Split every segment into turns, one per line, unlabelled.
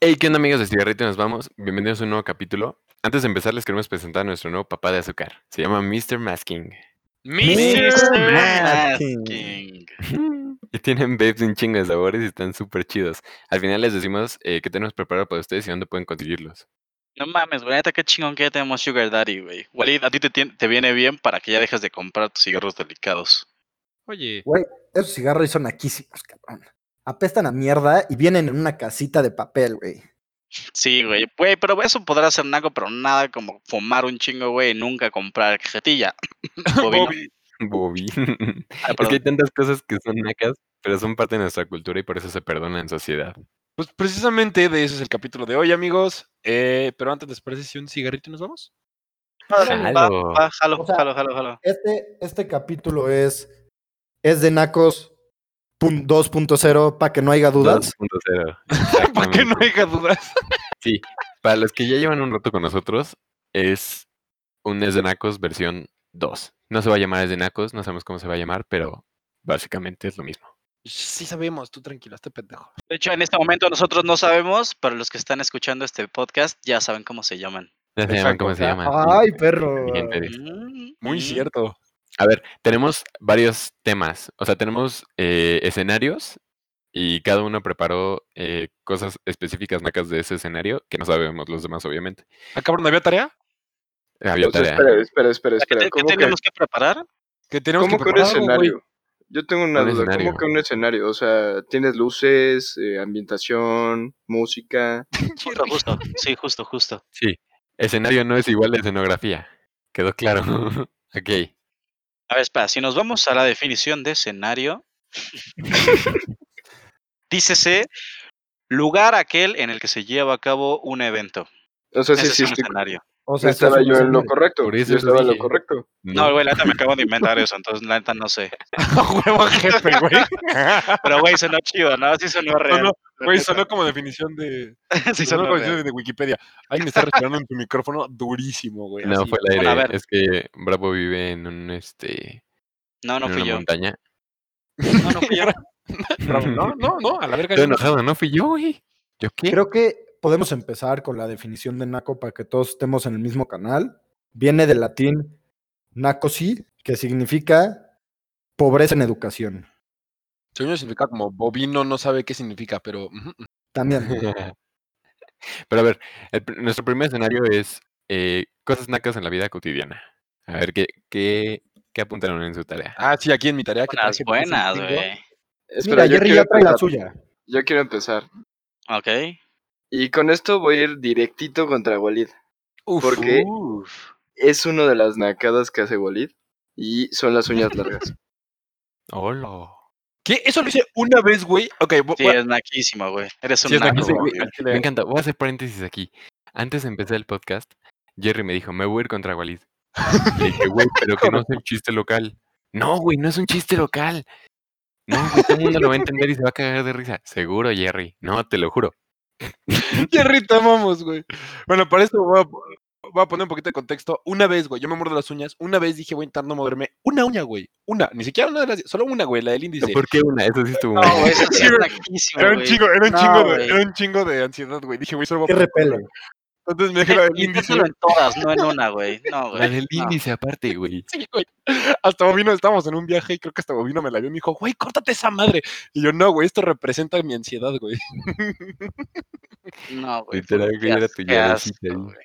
Hey, ¿qué onda amigos de Cigarrito? Nos vamos. Bienvenidos a un nuevo capítulo. Antes de empezar, les queremos presentar a nuestro nuevo papá de azúcar. Se llama Mr. Masking.
Mr.
Mr.
Masking.
Y tienen babes un chingo de sabores y están súper chidos. Al final les decimos eh, qué tenemos preparado para ustedes y dónde pueden conseguirlos.
No mames, güey, neta, qué chingón que ya tenemos Sugar Daddy, güey. Walid, a ti te, tien- te viene bien para que ya dejes de comprar tus cigarros delicados.
Oye,
Güey, esos cigarros son naquísimos, cabrón. Apestan a mierda y vienen en una casita de papel, güey.
Sí, güey, güey, pero eso podrá hacer naco, pero nada como fumar un chingo, güey, y nunca comprar cajetilla. Bobby, ¿no?
Bobby. es
Ah,
que hay
perdón.
tantas cosas que son nacas, pero son parte de nuestra cultura y por eso se perdona en sociedad.
pues precisamente de eso es el capítulo de hoy, amigos. Eh, pero antes, ¿les parece si un cigarrito y nos vamos?
Órale, va,
Jalo.
va, Jalo,
O sea,
jalo, jalo, jalo.
Este, este capítulo es, es de Nacos pun- 2.0 para que no haya dudas.
2.0.
Para que no
Exactamente.
haya dudas.
Para los que ya llevan un rato con nosotros, es un Es de Nacos versión 2. No se va a llamar Es de Nacos, no sabemos cómo se va a llamar, pero básicamente es lo mismo.
Sí sabemos, tú tranquilo, este pendejo.
De hecho, en este momento nosotros no sabemos, pero los que están escuchando este podcast ya saben cómo se llaman.
Ya se llaman
Exacto,
cómo
o
se
sea,
llaman.
Ay,
sí.
perro.
Inteligente, dice.
Mm,
Muy
mm.
cierto.
A ver, tenemos varios temas. O sea, tenemos eh, escenarios y cada uno preparó eh, cosas específicas nacas de ese escenario que no sabemos los demás, obviamente.
Ah, cabrón, ¿había tarea?
Había
O sea,
tarea.
espera, espera, espera,
¿Qué,
espera.
te- qué
¿Cómo, que,
tenemos que preparar?
Que tenemos
cómo
que
que un
preparar algo, güey.
escenario? Yo tengo una
Un
duda.
escenario.
¿Cómo que un escenario? O sea, tienes luces, eh, ambientación, música.
Justo, justo. Sí, justo, justo.
Sí, escenario no es igual a escenografía. Quedó claro. ok.
A ver, espera, si nos vamos a la definición de escenario, dícese lugar aquel en el que se lleva a cabo un evento.
O
Ese
sea, Pues sí,
es
sí,
un
estoy-
escenario.
O
no
este es
estaba
un
yo en lo
escenario.
correcto.
Por eso
Yo
les
estaba en lo
dije.
correcto.
No, güey, la neta me acabo de inventar eso, entonces la neta no sé.
A huevo, jefe, güey.
Pero güey, sonó chido, ¿no? Sí sonó real.
Sonó-
la
Güey,
neta.
sonó como definición de.
sí sonó
sonó como
real.
definición de Wikipedia. Ay, me está respirando en tu micrófono durísimo, güey.
No,
así.
fue el aire.
Bueno, a ver.
Es que Bravo vive en un este
No, no
en
fui
una
yo.
montaña.
No, no fui yo.
Bravo, No, no, no, a la verga.
Estoy
yo no-
enojado, no fui yo, güey. ¿Yo qué?
Creo que podemos empezar con la definición de Naco para que todos estemos en el mismo canal. Viene del latín nacosi, que significa pobreza en educación.
Según yo significa como bovino, no sabe qué significa, pero. ujú.
También.
Pero a ver, el pr- nuestro primer escenario es eh, cosas nacas en la vida cotidiana. A ver, ¿qué, qué, qué apuntaron en su tarea?
Ah, sí, aquí en mi tarea. que
Buenas,
traje, pues, un
buenas,
chingo.
güey.
Espera,
Mira,
yo,
Jerry
quiero
ya trae la
empezar.
suya.
yo quiero empezar.
Ok.
Y con esto voy a ir directito contra Walid.
Uf,
¿Por qué?
uf.
Es una de las nacadas que hace Walid. Y son las uñas largas.
Hola.
¿Qué? Eso lo hice una vez, güey. Ok, bu-
Sí,
bu-
es naquísimo, güey. Eres un
Sí, es
naco,
naquísimo,
güey.
güey. Me encanta. Voy a hacer paréntesis aquí. Antes de empezar el podcast, Jerry me dijo, me voy a ir contra Walid. Le dije, güey, pero que no sea un chiste local. No, güey, no es un chiste local. No, güey, todo el mundo lo va a entender y se va a cagar de risa. Seguro, Jerry. No, te lo juro.
Jerry, te amamos, güey. Bueno, para esto voy a, po- voy a poner un poquito de contexto. Una vez, güey, yo me muerdo las uñas. Una vez dije, voy a intentar no moverme. Una uña, güey. Una, ni siquiera una de las diez, Solo una, güey, la del índice.
¿Por qué una? Eso sí estuvo
No,
mal.
güey, eso sí es
Era-
naquísimo,
Era un
güey.
chingo, era un
No,
chingo, de,
güey.
era un chingo de ansiedad, güey. Dije, güey, solo voy
Qué
a...
repele.
Entonces me dejé la del
Y no
índice.
solo en todas, no en una, güey. No, güey.
La del
no.
índice aparte, güey.
Sí, güey. Hasta Bovino, estábamos en un viaje y creo que hasta Bovino me la vio y me dijo, güey, córtate esa madre. Y yo, no, güey, esto representa mi ansiedad, güey.
No, güey.
Literal,
qué
güey, era
as-
tu
qué
llavecita
asco,
ahí.
güey.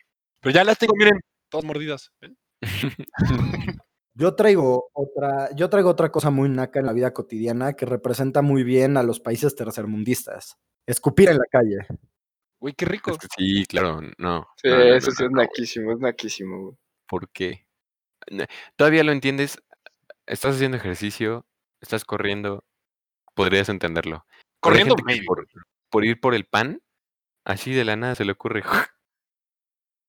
Pero ya las tengo, miren, todas mordidas. ¿ven?
Yo traigo otra, yo traigo otra cosa muy naca en la vida cotidiana que representa muy bien a los países tercermundistas. Escupir en la calle.
Güey, qué rico.
Es que sí, claro, no. no,
Sí,
no, no,
eso sí
no, no,
es
güey.
naquísimo, es naquísimo. güey.
¿Por qué? Ne- Todavía lo entiendes. Estás haciendo ejercicio, estás corriendo, podrías entenderlo. Pero hay
Corriendo,
gente que
maybe.
por, por ir por el pan, así de la nada se le ocurre.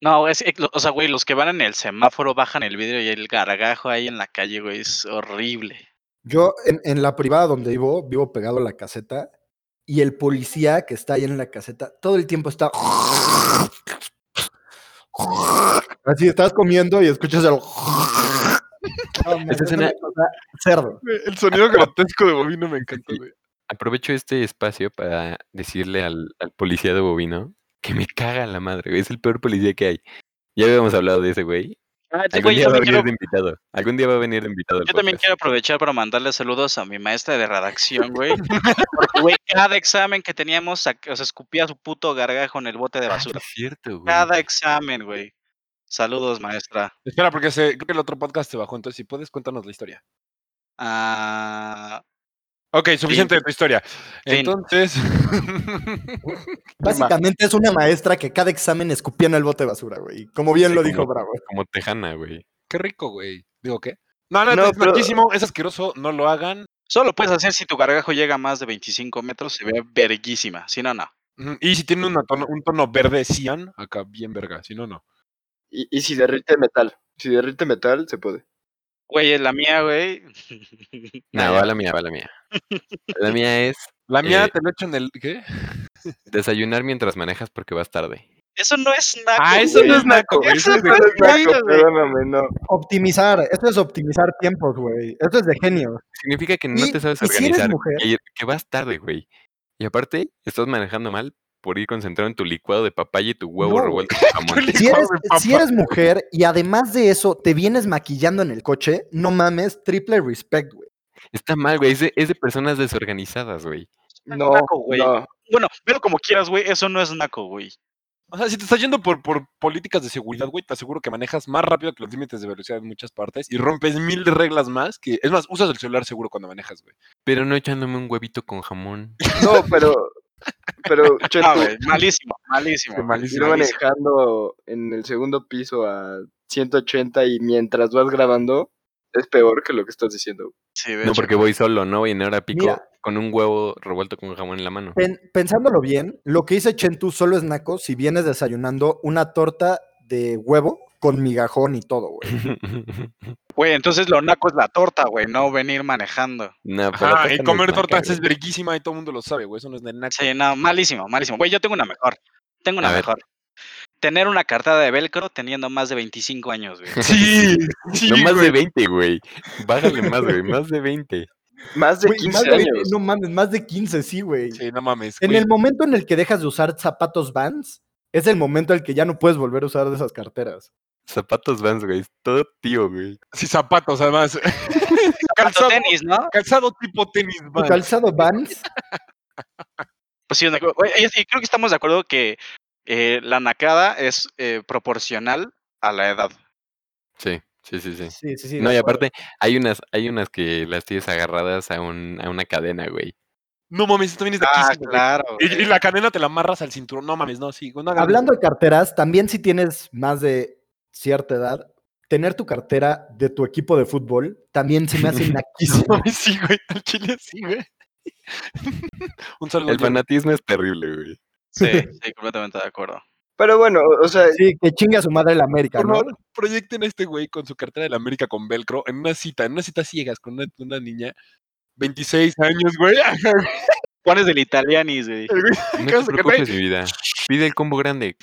No, es, es lo- o sea, güey, los que van en el semáforo bajan el vidrio y el gargajo ahí en la calle, güey, es horrible.
Yo en, en la privada donde vivo, vivo pegado a la caseta y el policía que está ahí en la caseta todo el tiempo está... Así estás comiendo y escuchas el... No, man,
Esa
es
escena-
una cosa cerdo.
El sonido grotesco de Bovino me encantó, güey.
Aprovecho este espacio para decirle al, al policía de Bovino que me caga la madre, güey. Es el peor policía que hay. Ya habíamos hablado de ese güey.
Ah, este
Algún
güey,
día
yo
va a
también
venir
quiero-
de invitado. Algún día va a venir de invitado. al
Yo también
podcast.
quiero aprovechar para mandarle saludos a mi maestra de redacción, güey. Porque, güey, cada examen que teníamos, sac- o sea, escupía su puto gargajo en el bote de
Ah, sí
basura.
es cierto, güey.
Cada examen, güey. Saludos, maestra.
Espera, porque se- creo que el otro podcast se bajó, entonces si puedes cuéntanos la historia.
Ah,
Ok, suficiente de tu historia.
Fin.
Entonces,
Básicamente es una maestra que cada examen escupía en el bote de basura, güey. Como bien
Sí,
lo
como-
dijo Bravo.
Como tejana, güey.
Ah,
qué rico, güey. Digo, ¿qué? No, no,
No,
es
pero-
muchísimo, es asqueroso, no lo hagan.
solo puedes hacer si tu gargajo llega a más de 25 metros, se ve verguísima. Si no, no.
Ujú, Y si tiene una tono- un tono verde cian, acá bien verga, si no, no.
Y, y si derrite metal. Si derrite metal, se puede.
Güey, es la mía, güey.
No, va la mía, va la mía. La mía es
La mía
Eh,
te lo echo en el. ¿Qué?
desayunar mientras manejas porque vas tarde.
Eso no es nada.
Ah, eso no
güey.
es naco. güey,
Eso
eso es
no
de-
es naco, güey.
perdóname, no.
Optimizar, esto es optimizar tiempos, güey. Esto es de genio.
Significa que no
Y-
te sabes
y si eres
organizar,
mujer.
que, que vas tarde, güey. Y aparte, estás manejando mal por ir concentrado en tu licuado de papaya y tu huevo
No,
revuelto con jamón.
Tu
Si eres,
Hijo de papá.
si eres mujer y además de eso te vienes maquillando en el coche, no mames, triple respect, güey.
Está mal, güey. Es de, es de personas desorganizadas, güey.
No,
naco, güey.
no.
Bueno, pero como quieras, güey, eso no es naco, güey.
O sea, si te estás yendo por, por políticas de seguridad, güey, te aseguro que manejas más rápido que los límites de velocidad en muchas partes y rompes mil reglas más que. Es más, usas el celular seguro cuando manejas, güey.
Pero no echándome un huevito con jamón.
No, pero. Pero, Cheto,
No, Ah,
Ah,
güey, malísimo, malísimo.
ir
malísimo.
manejando en el segundo piso a 180 y mientras vas grabando, es peor que lo que estás diciendo.
Sí, de
No,
hecho.
porque voy solo, ¿no? Y en hora pico
Mira.
con un huevo revuelto con jamón en la mano.
Pen- pensándolo bien, lo que dice Chentu solo es naco si vienes desayunando una torta de huevo con migajón y todo, güey.
Güey, entonces lo naco es la torta, güey, no venir manejando.
No, pero
Ajá,
aparte
Ah, y
no es
comer
naca,
tortas
güey.
es verguísima y todo el mundo lo sabe, güey. Eso no es de naco.
Sí, no, malísimo, malísimo. Güey, yo tengo una mejor. Tengo una
A ver.
mejor. Tener una cartada de velcro teniendo más de 25 años, güey.
Sí, sí,
No más
güey.
de 20, güey. Bájale más, güey. Más de 20.
Más de
Güey,
15
más de-
años.
no mames, más de 15, sí, güey.
Sí, no mames.
en
güey.
el momento en el que dejas de usar zapatos Vans, es el momento en el que ya no puedes volver a usar de esas carteras.
Zapatos Vans, güey. es Todo tío, güey.
Sí, zapatos, además.
Calzado
calzado,
tenis, ¿no?
calzado tipo tenis,
Tu
man.
calzado Vans,
Pues sí, una co- güey, y creo que estamos de acuerdo que eh, la nacada es eh, proporcional a la edad.
Sí, sí, sí, sí.
sí, sí, sí.
No,
de
y
acuerdo.
aparte, hay unas, hay unas que las tienes agarradas a, un, a una cadena, güey.
No mames, eso también es de
Ah,
aquí.
claro.
Y, y
güey.
la cadena te la amarras al cinturón. No mames, no, sí. güey, no hagan-
Hablando de carteras, también si tienes más de cierta edad, tener tu cartera de tu equipo de fútbol también se me hace
No
naquísimo.
mames, sí, güey. Al chile, sí, güey. Un saludo.
El
al Jordi.
fanatismo es terrible, güey.
Sí, sí, completamente de acuerdo.
Pero bueno, o- o sea,
Sí, que chinga su madre la América,
Por
¿no?
favor, proyecten a este güey con su cartera de la América con velcro en una cita, en una cita ciegas con una, una niña. 26 años, güey. Ajá, güey.
¿Cuál es del italianis, güey?
El güey
No
Claro,
te
se cae.
preocupes, mi vida. Pide el combo grande.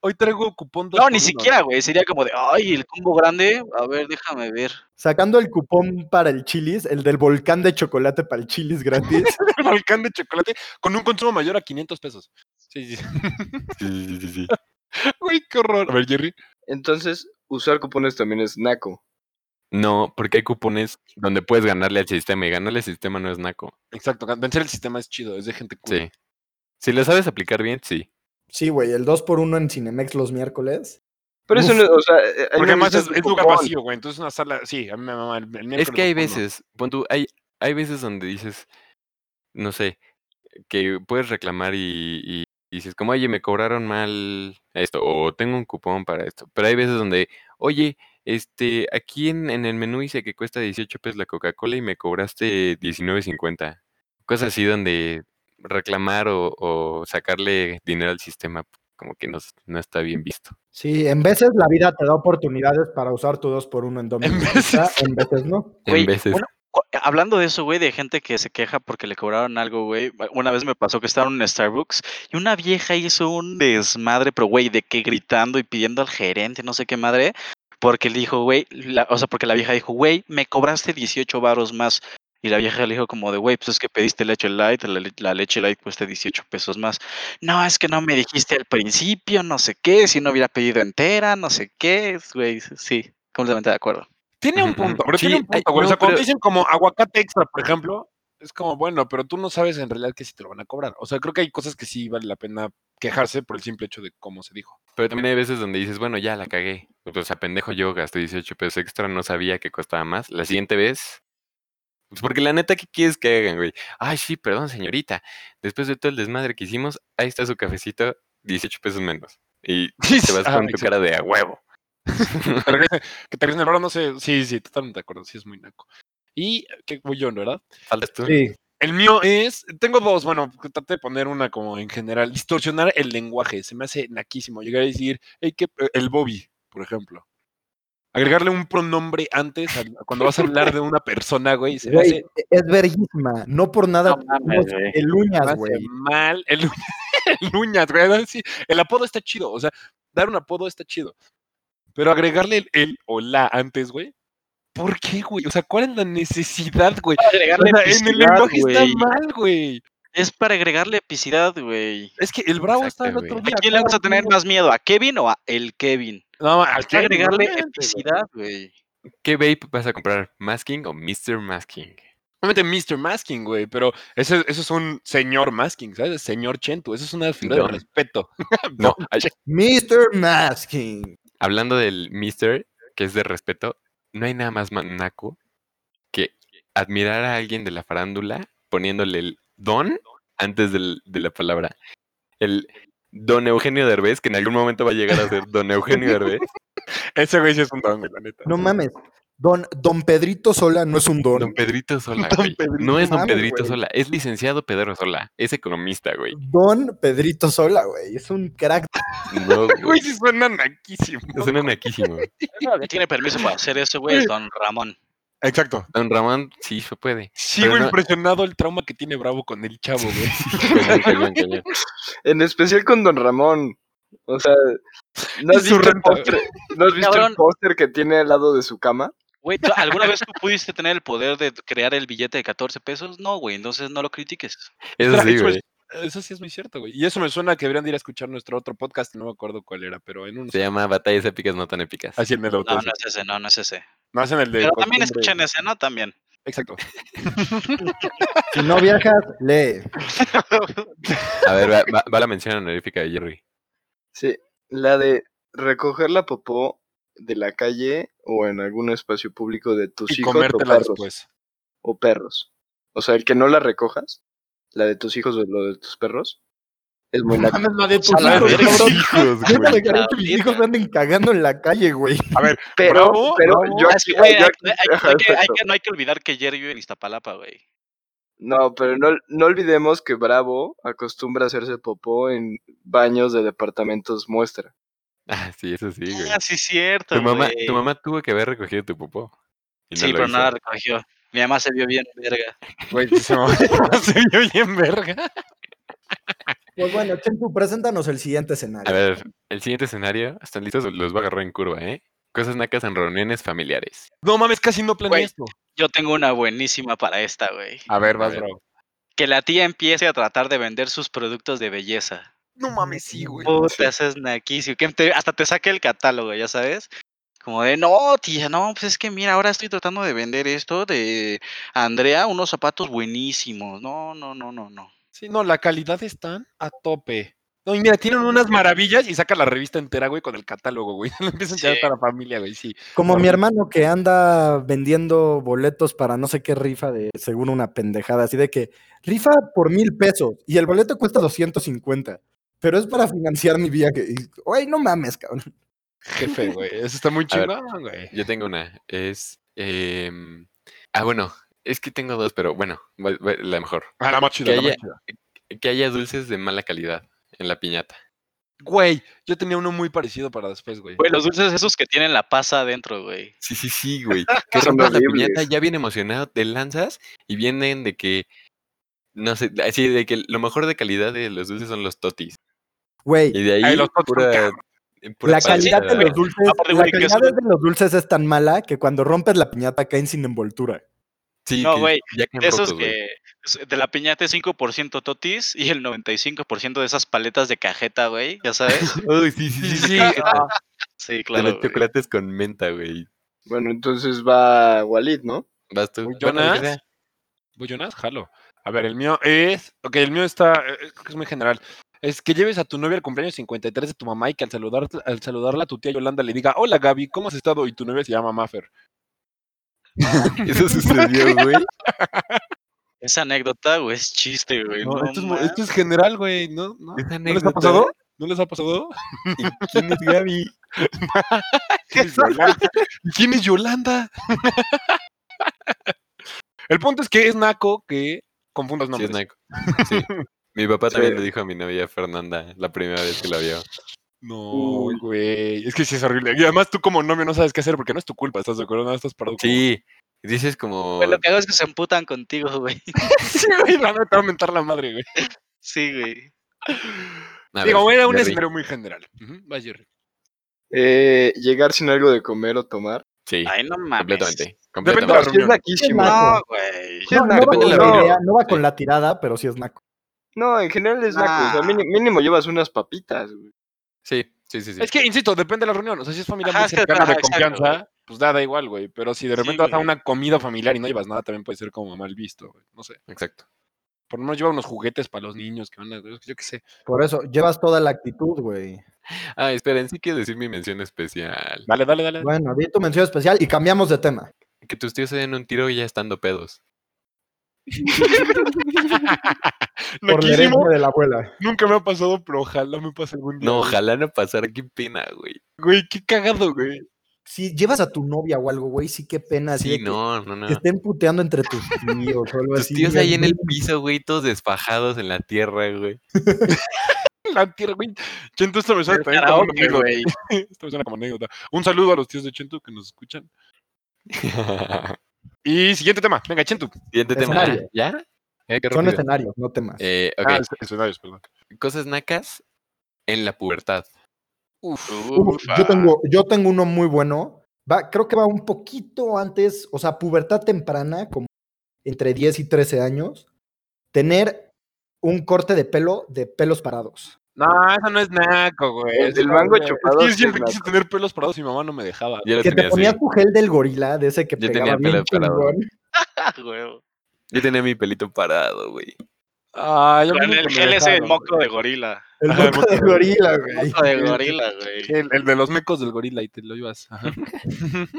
Hoy traigo cupón dos
No,
por
ni
uno".
siquiera, güey. Sería como de, ay, el combo grande. A ver, déjame ver.
Sacando el cupón para el chilis, el del volcán de chocolate para el chilis gratis.
El volcán de chocolate con un consumo mayor a 500 pesos. Sí, sí.
Sí, sí, sí, sí.
Güey, qué horror. A ver, Jerry.
entonces usar cupones también es naco.
No, porque hay cupones donde puedes ganarle al sistema y ganarle al sistema no es naco.
Exacto, gan- vencer el sistema es chido, es de gente cool.
Sí. Si lo sabes aplicar bien, sí.
Sí, güey, el 2x1 en Cinemex los miércoles.
Pero eso
Uf.
no, o sea, eh, ahí no
Porque además es,
necesitas
es
un
lugar
cupón.
vacío, güey. Entonces una sala, sí, a mí me mama el, el
Es
miércoles
que hay
nocturno.
veces, pon tú, hay, hay veces donde dices, no sé, que puedes reclamar y, y- y dices como, oye, me cobraron mal esto, o tengo un cupón para esto. Pero hay veces donde, oye, este, aquí en, en el menú dice que cuesta 18 pesos la Coca-Cola y me cobraste 19.50. Cosas así donde reclamar o, o sacarle dinero al sistema como que no, es- no está bien visto.
Sí, en veces la vida te da oportunidades para usar tu 2x1 en Domino's.
En
Pizza,
veces.
en veces no.
Güey,
en veces,
una- Co- Hablando de eso, güey, de gente que se queja porque le cobraron algo, güey. Una vez me pasó que estaba en Starbucks y una vieja hizo un desmadre, pero güey, de que gritando y pidiendo al gerente, no sé qué madre, porque le dijo, güey, la- o sea, porque la vieja dijo, güey, me cobraste 18 varos más. Y la vieja le dijo como de, güey, pues es que pediste leche light, la, le- la leche light cuesta 18 pesos más. No, es que no me dijiste al principio, no sé qué, si no hubiera pedido entera, no sé qué, es, güey, sí, completamente de acuerdo.
Tiene un
Ujú.
punto, pero
Sí,
tiene un
ay,
punto, güey. o
no,
sea, cuando
pero-
dicen como aguacate extra, por ejemplo, es como, bueno, pero tú no sabes en realidad que si te lo van a cobrar. O sea, creo que hay cosas que sí vale la pena quejarse por el simple hecho de cómo se dijo.
Pero también hay veces donde dices, bueno, ya la cagué. O sea, pendejo yo, gasté 18 pesos extra, no sabía que costaba más. La siguiente vez. Pues porque la neta, ¿qué quieres que hagan, güey? Ay, sí, perdón, señorita. Después de todo el desmadre que hicimos, ahí está su cafecito, 18 pesos menos. Y te vas
Ah,
con tu
exacto.
cara de a huevo.
Pero que- que te regresen el oro, no sé. Sí, sí, totalmente de acuerdo, sí es muy naco. Y que voy yo, ¿no? ¿verdad?
Faltas tú.
Sí,
El mío es, tengo dos, bueno, que traté de poner una como en general, distorsionar el lenguaje, se me hace naquísimo, llegar a decir, "Ey, ¿qué pe-?" el Bobby, por ejemplo. Agregarle un pronombre antes al- cuando vas a hablar de una persona, güey, se me
güey,
hace,
es verguísima. No por nada
No mames,
tenemos
güey.
el
se me
uñas,
hace
güey.
mal. El, el uñas, güey, ¿no? Sí, el apodo está chido, o sea, dar un apodo está chido. Pero agregarle el, el o la antes, güey. ¿Por qué, güey? O sea, ¿cuál es la necesidad, güey? O sea, en el lenguaje está mal, güey.
Es para agregarle epicidad, güey.
Es que el Bravo está el
Exacto,
otro
güey.
día.
¿A quién le
cada
vas a tener
uno-
más miedo? ¿A Kevin o a el Kevin?
No, al
Es para
Kevin,
agregarle
obviamente, güey.
epicidad, güey.
¿Qué vape vas a comprar? ¿Masking o Mr. Masking?
Obviamente Mr. Masking, güey, pero ese, eso es un señor Masking, ¿sabes? Señor Chentu, eso es una figura de
Don.
respeto.
No, ay,
Mr. Masking.
hablando del Mr., que es de respeto, no hay nada más manaco que admirar a alguien de la farándula poniéndole el don antes del- de la palabra. El don Eugenio Derbez, que en algún momento va a llegar a ser don Eugenio Derbez.
Ese güey sí es un don, güey, la neta.
No mames. Don, don Pedrito Sola no es un don.
Don Pedrito Sola,
Don
güey. No es don
mames,
Pedrito
güey.
Sola, es licenciado Pedro Sola, es economista, güey.
Don Pedrito Sola, güey. Es un crack.
No,
Güey,
güey.
sí suena naquísimo.
Suena naquísimo.
Que tiene permiso para hacer eso, güey, es Don Ramón.
Exacto.
Don Ramón, sí, se puede.
Sigo
no-
impresionado el trauma que tiene Bravo con el chavo, güey.
Cañón, cañón, cañón.
En especial con Don Ramón. O sea, ¿no
Y
has
su
visto, el
renta, güey.
póster, ¿no has visto
Cabrón.
el póster que tiene al lado de su cama?
Güey, ¿tú- ¿alguna vez tú pudiste tener el poder de crear el billete de 14 pesos? No, güey, entonces no lo critiques.
Eso sí,
Eso
güey.
es- Eso sí es muy cierto, güey. Y eso me suena que deberían de ir a escuchar nuestro otro podcast, no me acuerdo cuál era, pero en unos...
Se llama batallas épicas no tan épicas.
Así en el
No,
auto.
no es ese, no, no es ese.
No hacen el de...
Pero también
costumbre.
escuchan ese, ¿no? También.
Exacto.
Si no viajas, lee.
A ver, va, va- va la mención honorífica de Jerry.
Sí, la de recoger la popó de la calle o en algún espacio público de tus
Y
hijos o
comértela
perros,
después.
o perros. O sea, el que no la recojas, la de tus hijos o lo de tus perros, es muy naco.
la de tus
A la
hijos,
verga,
cabrón.
hijos,
Yo me
güey.
dejaría que mis hijos anden cagando en la calle, güey.
Pero,
Bravo,
pero
bravo.
yo
Ah,
aquí-
sí, güey, hay-
yo aquí-
hay-
ajá,
hay que- hay
exacto.
que- No hay que olvidar que Jerry vive en Iztapalapa, güey.
No, pero no, no olvidemos que Bravo acostumbra a hacerse popó en baños de departamentos muestra.
Ah, sí, eso sí, güey.
Ah, sí, cierto.
Tu mamá,
güey.
tu mamá tuvo que haber recogido tu popó. y no
sí,
lo
pero
hizo.
no la recogió. Mi mamá se vio bien, verga.
Güey, sí se mamó. se vio bien verga.
Pues bueno, Chentu, preséntanos el siguiente escenario.
A ver, el siguiente escenario, ¿están listos? Los va a agarrar en curva, ¿eh? Cosas nacas en reuniones familiares.
No mames, casi no planeé
Güey.
esto.
Yo tengo una buenísima para esta, güey.
A ver,
vas,
bravo.
Que la tía empiece a tratar de vender sus productos de belleza.
No mames, sí, güey.
Puta, eso es naquísimo. Que te- hasta te saque el catálogo, ya sabes. Como de, no, tía, no, pues es que mira, ahora estoy tratando de vender esto de Andrea, unos zapatos buenísimos. No, no, no, no, no.
Sí, no, la calidad están a tope. No, y mira, tienen unas maravillas y saca la revista entera, güey, con el catálogo, güey. Lo empiezan a
Sí.
enseñar a la familia, güey, sí.
Como mi hermano que anda vendiendo boletos para no sé qué rifa de seguro una pendejada, así de que rifa por mil pesos y el boleto cuesta 250, pero es para financiar mi viaje. Y, Güey, no mames, cabrón.
Jefe, güey. Eso está muy
A ver.
chingón, güey.
Yo tengo una. Es. em, Ah, bueno, es que tengo dos, pero bueno, va- va- la mejor.
A Ah, la más chida,
Que
la más
haya-
chida.
Que haya dulces de mala calidad en la piñata.
Güey, yo tenía uno muy parecido para después, güey.
Güey, los dulces esos que tienen la pasa adentro, güey.
Sí, sí, sí, güey. Que
Son
rompes la
horribles.
piñata ya bien emocionado, te lanzas y vienen de que. No sé, así de que lo mejor de calidad de los dulces son los totis.
Güey,
Y de ahí.
los totis son
pura- eh, pura
la calidad
pasta.
de los dulces,
Aparte,
la
güey, que
calidad
eso-
de los dulces es tan mala que cuando rompes la piñata caen sin envoltura.
Sí,
No,
que
güey,
ya quedan
De esos
rotos, güey.
que. es- De la piñata es 5% totis y el 95% de esas paletas de cajeta, güey. Ya sabes.
Ay, sí, sí, sí. sí, que te-
Sí,
de
claro.
los
güey.
chocolates con menta, güey.
Bueno, entonces va Walid, ¿no?
Vas tú. Bueno, el que
Jonas.
sea.
¿Voy Jonas? Jalo. A ver, el mío es. Ok, el mío está. eh, Es que es muy general. Es que lleves a tu novia al cumpleaños 53 de tu mamá y que al, saludar, al saludarla tu tía Yolanda le diga: Hola Gaby, ¿cómo has estado? Y tu novia se llama Maffer.
Eso sucedió, güey.
Esa anécdota, güey, es chiste, güey.
No,
no
esto, es, mo-
mames.
esto es general, güey. ¿No,
Esa
no, ¿No les ha
anécdota.
pasado? ¿No les ha pasado?
¿Y ¿Quién es Gaby?
¿Quién es Yolanda? ¿Quién es Yolanda? El punto es que es naco que confundas
Sí,
nombres.
es naco. Sí. Mi papá también
Sí.
le dijo a mi novia Fernanda la primera vez que la vio.
No,
Uy.
güey. Es que sí es horrible. Y además tú como novio no sabes qué hacer porque no es tu culpa, ¿estás de acuerdo? No estás parado. como-
Sí, dices como.
Güey, lo que hago es que se emputan contigo, güey.
sí, güey, la neta, va a mentar la madre, güey.
Sí, güey.
A
Digo,
ver,
era un
Jerry.
escenario muy general. Ujú, Vas, Jerry.
Eh, llegar sin algo de comer o tomar.
Sí,
Ay, no mames.
completamente.
Depende de
completamente.
la
No, sí es
reunión.
naquísimo.
naco.
No, güey.
Sí es
No, no va
naco,
depende
con
de la
la
no.
idea, no va
Sí.
con la tirada, pero sí es naco.
No, en general es naco. O sea,
Ah.
Nah.
mini- mínimo llevas unas papitas, güey.
Sí, sí, sí. sí.
Es que, insisto, depende de la reunión. O sea, si es familia
Ajá,
muy
es que-
cercana
ajá,
de
exacto,
confianza,
güey.
pues da, da igual, güey. Pero si de
Sí,
repente vas a
güey.
una comida familiar y no llevas nada, también puede ser como mal visto, güey. No sé.
Exacto.
Por lo menos lleva unos juguetes para los niños que van a. Yo qué sé.
Por eso, llevas toda la actitud, güey.
Ah, esperen, sí quiero decir mi mención especial.
Dale, dale, dale.
Bueno, di tu mención especial y cambiamos de tema.
Que tus tíos se den un tiro ya estando pedos.
Por la
Naquísimo,
herencia de la abuela.
Nunca me ha pasado, pero ojalá me pase algún día.
No,
güey.
ojalá no pasara, qué pena, güey.
Güey, qué cagado, güey.
Si llevas a tu novia o algo, güey, sí qué pena. así
Sí,
de que
no, no, no.
Te estén puteando entre tus tíos o algo
Tus
así,
tíos
güey,
ahí en
no
el piso, güey, todos desfajados en la tierra, güey.
La tierra, güey. Chento, esto me suena también como
Karaoke,
anécdota.
güey.
Esto me suena como anécdota. Un saludo a los tíos de Chento que nos escuchan. Y siguiente tema. Venga, Chento.
Siguiente tema.
Escenario.
¿Ya? Eh, qué
Son
rápido.
escenarios, no temas.
Eh, ok,
Ah, es- escenarios, perdón.
cosas nacas en la pubertad.
Hubo-
Ufa.
yo,
ah.
tengo, yo tengo uno muy bueno. Va, creo que va un poquito antes, o sea, pubertad temprana, como entre 10 y 13 años, tener un corte de pelo de pelos parados.
No, eso no es naco, güey.
El
Eso
del
no,
mango
güey.
chupado
Es que
sí
yo
es
siempre quise
naco.
tener pelos parados y mi mamá no me dejaba.
Yo lo
que te
tenía así.
ponías tu gel del gorila, de ese que
Yo tenía
pegaba bien
pelos parados.
chingón.
Ah, güey.
Yo tenía mi pelito parado, güey.
Ah, yo
Con
nunca
el
me
gel ese
dejaron,
el moco
güey.
de gorila.
El
Ajá,
moco de gorila, güey.
Moco de gorila, güey.
El, el de los mecos del gorila y te lo llevas. Ajá.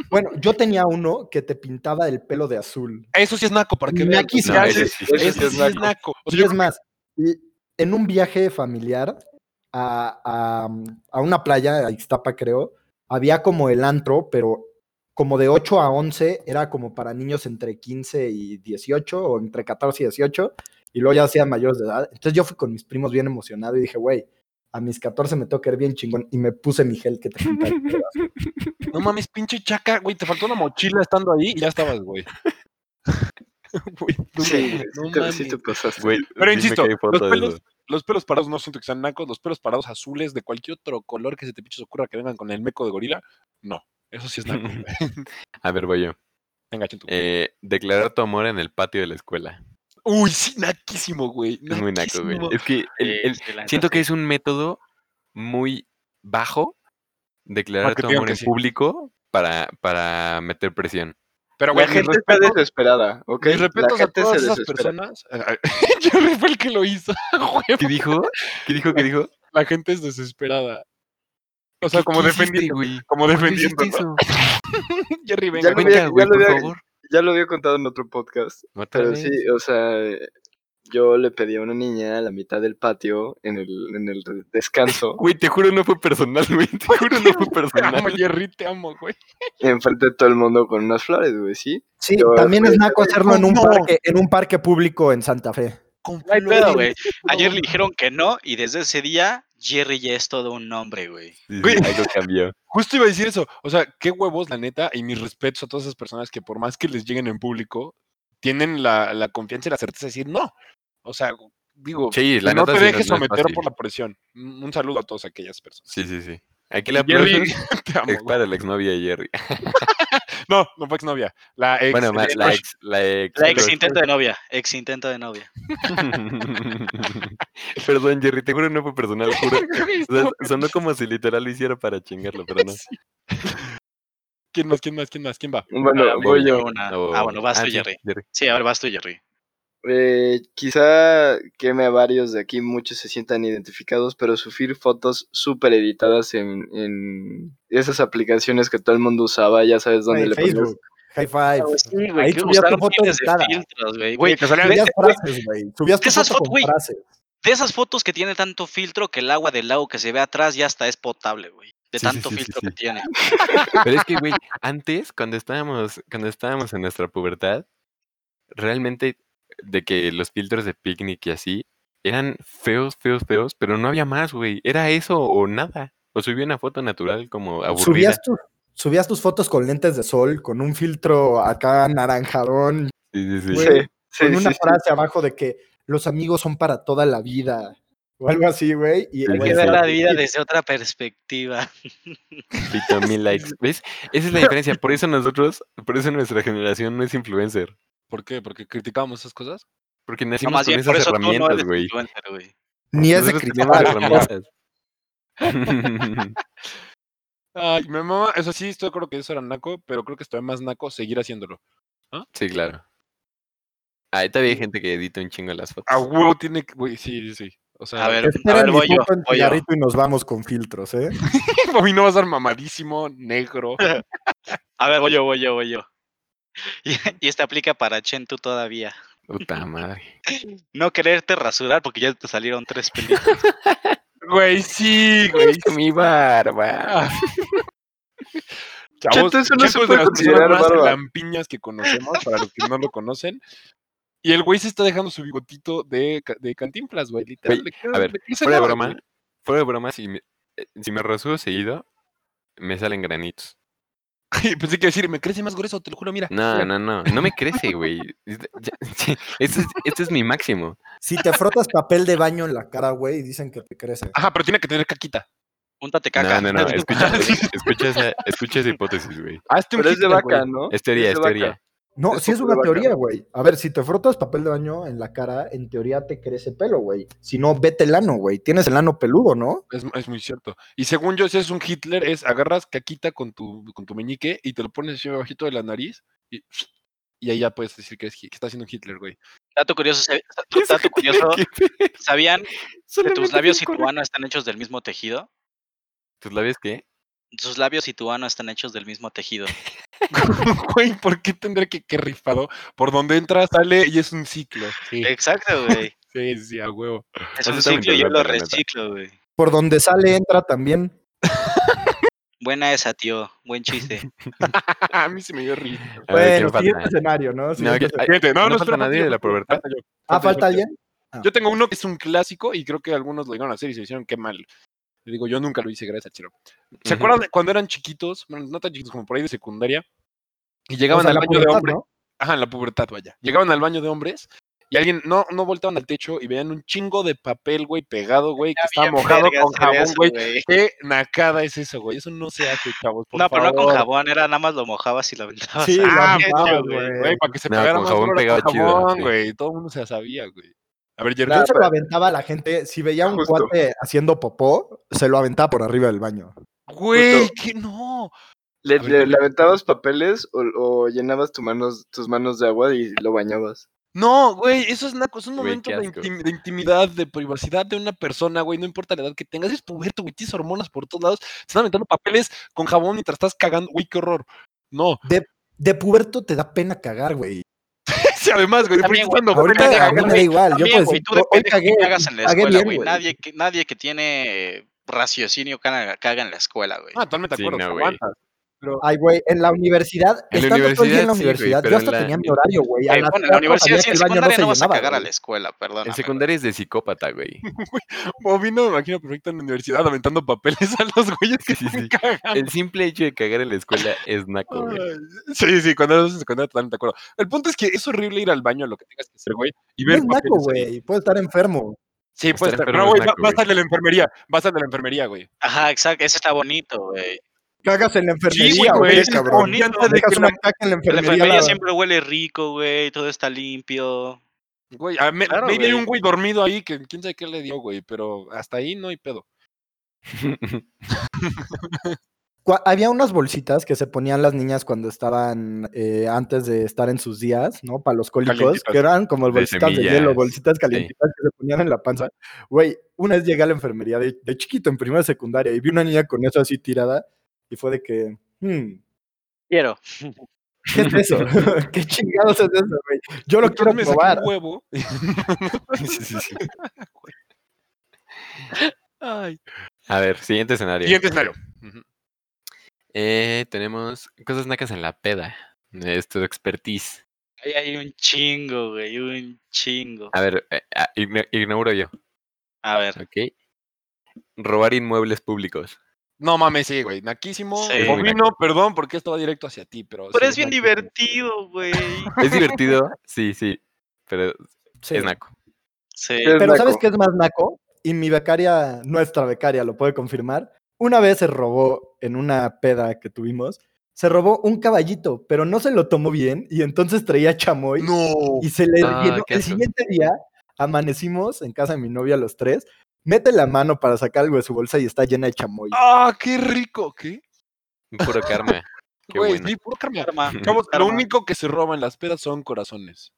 Bueno, yo tenía uno que te pintaba el pelo de azul.
Eso sí es naco, para que veas.
Naquísimo.
No,
Ya
ese
sé,
sí,
ese
Eso sí es naco. O sea,
Y
yo
es más, y en un viaje familiar a, a, mm, a una playa, a Ixtapa creo, había como el antro, pero como de 8 a 11 era como para niños entre 15 y 18 o entre 14 y 18 y luego ya hacían mayores de edad. Entonces yo fui con mis primos bien emocionado y dije, güey, a mis 14 me toca ir bien chingón y me puse mi gel que te pinta el pelo.
No mames, pinche chaca, güey, te faltó una mochila estando ahí y ya estabas, güey. Güey, no,
Sí,
mames, no
sí te- sí
mames.
te pasaste.
Güey,
Pero
dime
insisto,
que hay foto
los
de
pelos,
eso.
los pelos parados no siento que sean nacos, los pelos parados azules de cualquier otro color que se te pinches ocurra que vengan con el meco de gorila, no, eso sí es naco. güey.
A ver, voy yo.
Venga, chento.
Eh, declarar tu amor en el patio de la escuela.
Uy, sí, naquísimo, güey.
Es muy naco, güey.
naquísimo.
Es que el-
Sí,
el-
sí, la neta,
siento que
sí.
es un método muy bajo declarar tu
Marketing,
amor
aunque
en
sí.
público para, para meter presión.
Pero,
La
güey, mis
gente está
respetos,
desesperada, ¿ok?
mis respetos
la
a
gente se
todas esas
desespera.
personas. Jerry fue el que lo hizo, güey.
¿Qué dijo? ¿Qué dijo? ¿Qué dijo?
La gente es desesperada. O sea,
¿Qué-
como
qué hiciste,
defendiendo.
güey?
Como
¿Por qué
defendiendo.
hiciste
¿no?
eso?
Jerry, venga.
Ya
güey.
lo
Cuenta,
había-
güey,
ya lo
por
había-
favor.
Ya lo había contado en otro podcast,
Otra
pero
vez.
sí, o sea, eh, yo le pedí a una niña a la mitad del patio en el, en el re- descanso,
Güey, te juro no fue personal, güey. Te juro no fue
Te amo,
personal.
Jerry, te amo, güey.
enfrente de todo el mundo con unas flores, güey, sí.
Sí,
Yo,
también
güey,
es naco hacerlo en un,
no.
parque, en un parque público en Santa Fe.
No hay pedo, güey. Ayer le dijeron que no y desde ese día Jerry ya es todo un hombre, güey.
Sí, sí,
Güey.
algo cambió.
Justo iba a decir eso. O sea, qué huevos, la neta, y mis respetos a todas esas personas que por más que les lleguen en público, tienen la, la confianza y la certeza de decir no. O sea, digo,
Sí, la
que no
neta
te
sí,
dejes
no es
someter
fácil.
por la presión. Un un saludo a todas aquellas personas.
Sí, sí, sí. Aquí
Y
la
Jerry, te amo,
Es
güey.
para la exnovia de Jerry.
No, no fue exnovia. La ex.
Bueno, ma-
ex
la
crush.
ex, la ex.
La ex
crush.
intento de novia, ex intento de novia.
Perdón, Jerry, te juro no fue personal, juro.
Güey,
O sea,
no,
sonó como si literal lo hiciera para chingarlo, pero no.
¿Quién más? ¿Quién más? ¿Quién más? ¿Quién va?
Bueno,
Ah,
voy yo.
Una-
No.
Ah, bueno, vas tú,
sí,
Jerry. Sí, a ver, vas tú, Jerry.
Eh, quizá queme a varios de aquí, muchos se sientan identificados, pero subir fotos súper editadas en, en esas aplicaciones que todo el mundo usaba, ya sabes dónde
Güey,
le ponías. Ah,
Facebook. High five.
Sí, güey,
Ahí
que
subía tu
usaron
foto
miles de
editada.
filtros, güey. Güey,
te salían-
Subías
güey,
frases, güey. Subías tu
Esas
foto
fotos,
con
güey.
frases.
De esas fotos que tiene tanto filtro que el agua del lago que se ve atrás ya hasta es potable, güey. De
Sí, sí,
tanto
sí, sí,
filtro
sí.
que tiene.
Pero es que, güey, antes, cuando estábamos, cuando estábamos en nuestra pubertad, realmente de que los filtros de picnic y así eran feos, feos, feos, pero no había más, güey. Era eso o nada. O subí una foto natural como aburrida.
Subías, tu- subías tus fotos con lentes de sol, con un filtro acá naranjadón,
Sí, sí, sí.
güey,
Sí, sí,
con
sí,
una
sí.
frase abajo de que los amigos son para toda la vida. O algo así, güey.
Sí,
Y
Hay que
güey,
sí,
ver
sí.
la vida desde otra perspectiva.
Pito, mil likes. ¿Ves? Esa es la diferencia. Por eso nosotros, por eso nuestra generación no es influencer.
¿Por qué? ¿Porque criticábamos esas cosas?
Porque
No,
nacimos
más
con
bien, por
esas
eso tú este no
herramientas,
eres
güey.
influencer, güey.
Ni es de
Nosotros tenemos
cristal.
herramientas.
Ay, mi mamá, eso sí, estoy de acuerdo que eso era naco, pero creo que estoy más naco seguir haciéndolo.
sí, claro. Ahí todavía hay gente que edita un chingo las fotos.
A huevo tiene que. Güey, sí, sí, sí. O sea,
A ver, a
Espera
ver,
mi
voy yo,
foto en
voy yo.
cigarrito y nos vamos con filtros, ¿eh?
Bobby no va a estar mamadísimo, negro.
A ver, voy yo, voy yo, voy yo. Y, y esta aplica para Chentu todavía.
Puta madre.
No quererte rasurar porque ya te salieron tres películas.
Güey, sí, güey.
mi barba.
Chavos,
Cheto, eso no
Checo
se
es de las
puede
personas
considerar
más
barba.
lampiñas que conocemos, para los que no lo conocen. Y el güey se está dejando su bigotito de, ca- de cantinflas, güey, literal.
Güey,
le queda-
a ver,
le queda
Fuera de
nada,
broma,
güey.
fuera de broma, si me, eh, si me rasuro seguido, me salen granitos.
Y pensé que iba a decir, me crece más grueso, te lo juro, mira.
No, no, no. No me crece, güey. Este ya- este es, este es mi máximo.
Si te frotas papel de baño en la cara, güey, y dicen que te crece.
Ajá, pero tiene que tener caquita.
Úntate caca.
No, no, no. Escucha, escucha esa, escucha esa hipótesis, güey.
Hazte un
Pero Ah, es de
hipster, güey.
vaca, ¿no?
Es teoría,
de
es
vaca.
teoría.
No,
Es
sí es
foto de
una
vaca.
teoría, güey. A ver, si te frotas papel de baño en la cara, en teoría te crece pelo, güey. Si no, vete el ano, güey. Tienes el ano peludo, ¿no?
Es, es muy cierto. Y según yo, si es un Hitler, es agarras caquita con tu, con tu meñique y te lo pones así abajito de la nariz y, y ahí ya puedes decir que, es, Hi- que está haciendo un Hitler, güey.
Dato curioso, sab- dato curioso. ¿Sabían que tus labios y tu ano están hechos del mismo tejido?
¿Tus labios Pues, qué?
Sus labios y tu ano están hechos del mismo tejido.
Güey, ¿por qué tendré que qué rifado? Por donde entra, sale y es un ciclo. Eh, Sí,
Exacto, güey.
sí, sí, a huevo.
Es
Eso
un
está muy
ciclo y yo
interesante,
lo
la neta.
reciclo, güey.
Por donde sale, entra también.
Buena esa, tío. Buen chiste.
a mí se me dio risa.
A ver, ¿quién
Bueno,
falta?
siguiente escenario, ¿no?
No,
Siguiente
que-
escenario.
Siguiente,
no
no, no,
falta
espera,
nadie
yo,
de la
falta yo,
pubertad.
falta yo,
ah,
yo,
falta alguien. Ah.
Yo tengo uno que es un clásico y creo que algunos lo llegaron a hacer y se hicieron qué mal. Le digo, yo nunca lo hice, gracias al chiro.
Ujú.
¿Se acuerdan de cuando eran chiquitos? Bueno, no tan chiquitos como por ahí de secundaria. Y
O
llegaban
sea,
al
la
baño de
pubertad,
hombres.
¿no?
Ajá, en la pubertad, vaya. Llegaban al baño de hombres y alguien, no, no voltaban al techo y veían un chingo de papel, güey, pegado, güey, que estaba
Bien
mojado
verga
con
hacer
jabón,
eso,
güey. Qué nacada es eso, güey. Eso no se hace, chavos. Por
No, pero no con
favor.
jabón, era nada más lo mojabas y lo aventabas.
Sí,
a-
lo
Ah,
amaba,
genio,
güey.
Güey, para que se
No,
pegara
con
más
jabón
jabón,
pegado
con
chido,
jabón,
sí.
güey. Todo el mundo se la sabía, güey. A ver, Jerry.
Yo se lo
pero-
aventaba a la gente. Si veía un
Justo.
cuate haciendo popó, se lo aventaba por arriba del baño.
Güey,
Justo.
que no.
¿Le,
A ver,
le-
dale.
le aventabas papeles o, o llenabas tus manos, tus manos de agua y lo bañabas?
No, güey, eso es naco, es un
Güey,
momento
qué
de,
asco.
intim- de intimidad, de privacidad de una persona, güey, no importa la edad que tengas, es puberto, güey, tienes hormonas por todos lados, te están aventando papeles con jabón mientras estás cagando, güey, qué horror. No,
De puberto te da pena cagar, güey.
sí, además, güey,
También,
porque estás dando
Ahorita
pena,
Ahorita a mí
güey.
me da igual. Yo
También,
puedo
güey,
decir,
tú
"Hoy
depende de
cagué,
qué hagas en la
cagué
escuela,
bien,
güey. Nadie que, nadie que tiene raciocinio caga, caga en la escuela, güey.
Ah, totalmente de
Sí,
acuerdo,
no,
te
güey.
aguantas.
Ay, güey, en la universidad,
En la
estando todo el día en la
universidad, sí, güey,
universidad,
pero
yo
en
hasta
la-
tenía mi horario, güey. A
Güey, Eh,
las
bueno, en la
cuatro
universidad
salía
sí,
que
en
el baño no
secundaria
se
no, vas a
llenaba,
cagar a
güey.
la escuela, perdón.
En secundaria es de psicópata, güey.
Bobby no me imagino perfecto en la universidad aventando papeles a los güeyes que
Sí, sí,
se
sí.
cagan.
El simple hecho de cagar en la escuela es naco, güey.
Sí, sí, cuando eres en secundaria totalmente de acuerdo. El punto es que es horrible ir al baño, lo que tengas que hacer, güey, y
No
ver
es naco,
papeles ahí.
güey. Puedo estar enfermo.
Sí,
Estar
pues,
enfermo
pero
es
güey, va-
naco,
vas
güey.
a la enfermería, vas a la enfermería, güey.
Ajá, exacto, ese está bonito, güey.
Cagas en la
güey,
enfermería, güey,
es
cabrón.
bonito de
Dejas
que
una
la-
caca en la
La
enfermería.
enfermería
la-
siempre huele rico, güey. Todo está limpio.
Güey, a me-
Claro,
maybe hay
güey.
un güey dormido ahí que quién sabe qué le dio, güey, pero hasta ahí no hay pedo.
Cua- Había unas bolsitas que se ponían las niñas cuando estaban eh, antes de estar en sus días, ¿no? Para los cólicos,
Calientitas.
que eran como bolsitas de, hielo,
semillas,
bolsitas calientitas que se ponían en la panza. Güey, una vez llegué a la enfermería de, de chiquito, en primera de secundaria, y vi una niña con eso así tirada, y fue de que, "Hmm,
Quiero.
¿qué es eso? ¿Qué chingados es eso, güey? Yo lo quiero
Entonces me saqué
probar.
un huevo.
Sí, sí, sí.
Ay.
A ver, siguiente escenario.
Siguiente escenario. Ujú.
Eh, tenemos cosas nacas en la peda. Esto de expertise.
Ahí hay un chingo, güey. Un chingo.
A ver, eh, ah, igno- ignoro yo,
A ver.
¿ok? Robar inmuebles públicos.
No mames, sí, güey. Naquísimo.
Sí.
Bovino, perdón, porque esto va directo hacia ti, pero.
Pero
sí,
es bien
naquísimo.
divertido, güey.
¿Es divertido? Sí, sí. Pero
Sí.
es naco.
Sí.
Es
Pero ¿sabes
naco.
qué es más naco? Y mi becaria, nuestra becaria, lo puede confirmar. Una vez se robó en una peda que tuvimos, se robó un caballito, pero no se lo tomó bien y entonces traía chamoy
No.
y se le
Ah,
llenó.
qué
El
asco.
siguiente día amanecimos en casa de mi novia los tres, mete la mano para sacar algo de su bolsa y está llena de chamoy.
¡Ah, qué rico! ¿Qué?
Puro karma. Qué
Güey,
bueno.
sí, puro karma.
Karma.
Chavos, lo
Karma.
único que se roba en las pedas son corazones.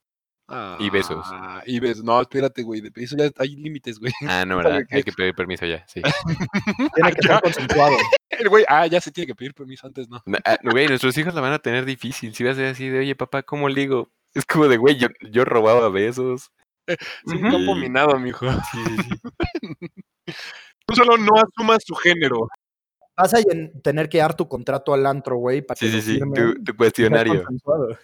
Y besos.
Ah, Y besos. No, espérate, güey. de- Eso ya hay límites, güey.
Ah, no,
Sabe
¿verdad?
que-
Hay que pedir permiso ya, sí.
Tiene que estar consensuado.
El güey, ah, ya se tiene que pedir permiso antes, ¿no?
No, ah, Güey, nuestros hijos la van a tener difícil. Si vas a ser así de, oye, papá, ¿cómo le digo? Es como de, güey, yo, yo robaba besos.
Es un campo
Ujú.
minado, mijo. Tú solo no asumas su género.
Vas a llen- tener que dar tu contrato al antro, güey, para
Sí,
que
sí,
lo
sí.
firmen.
Tu, tu
Está
cuestionario.
consensuado.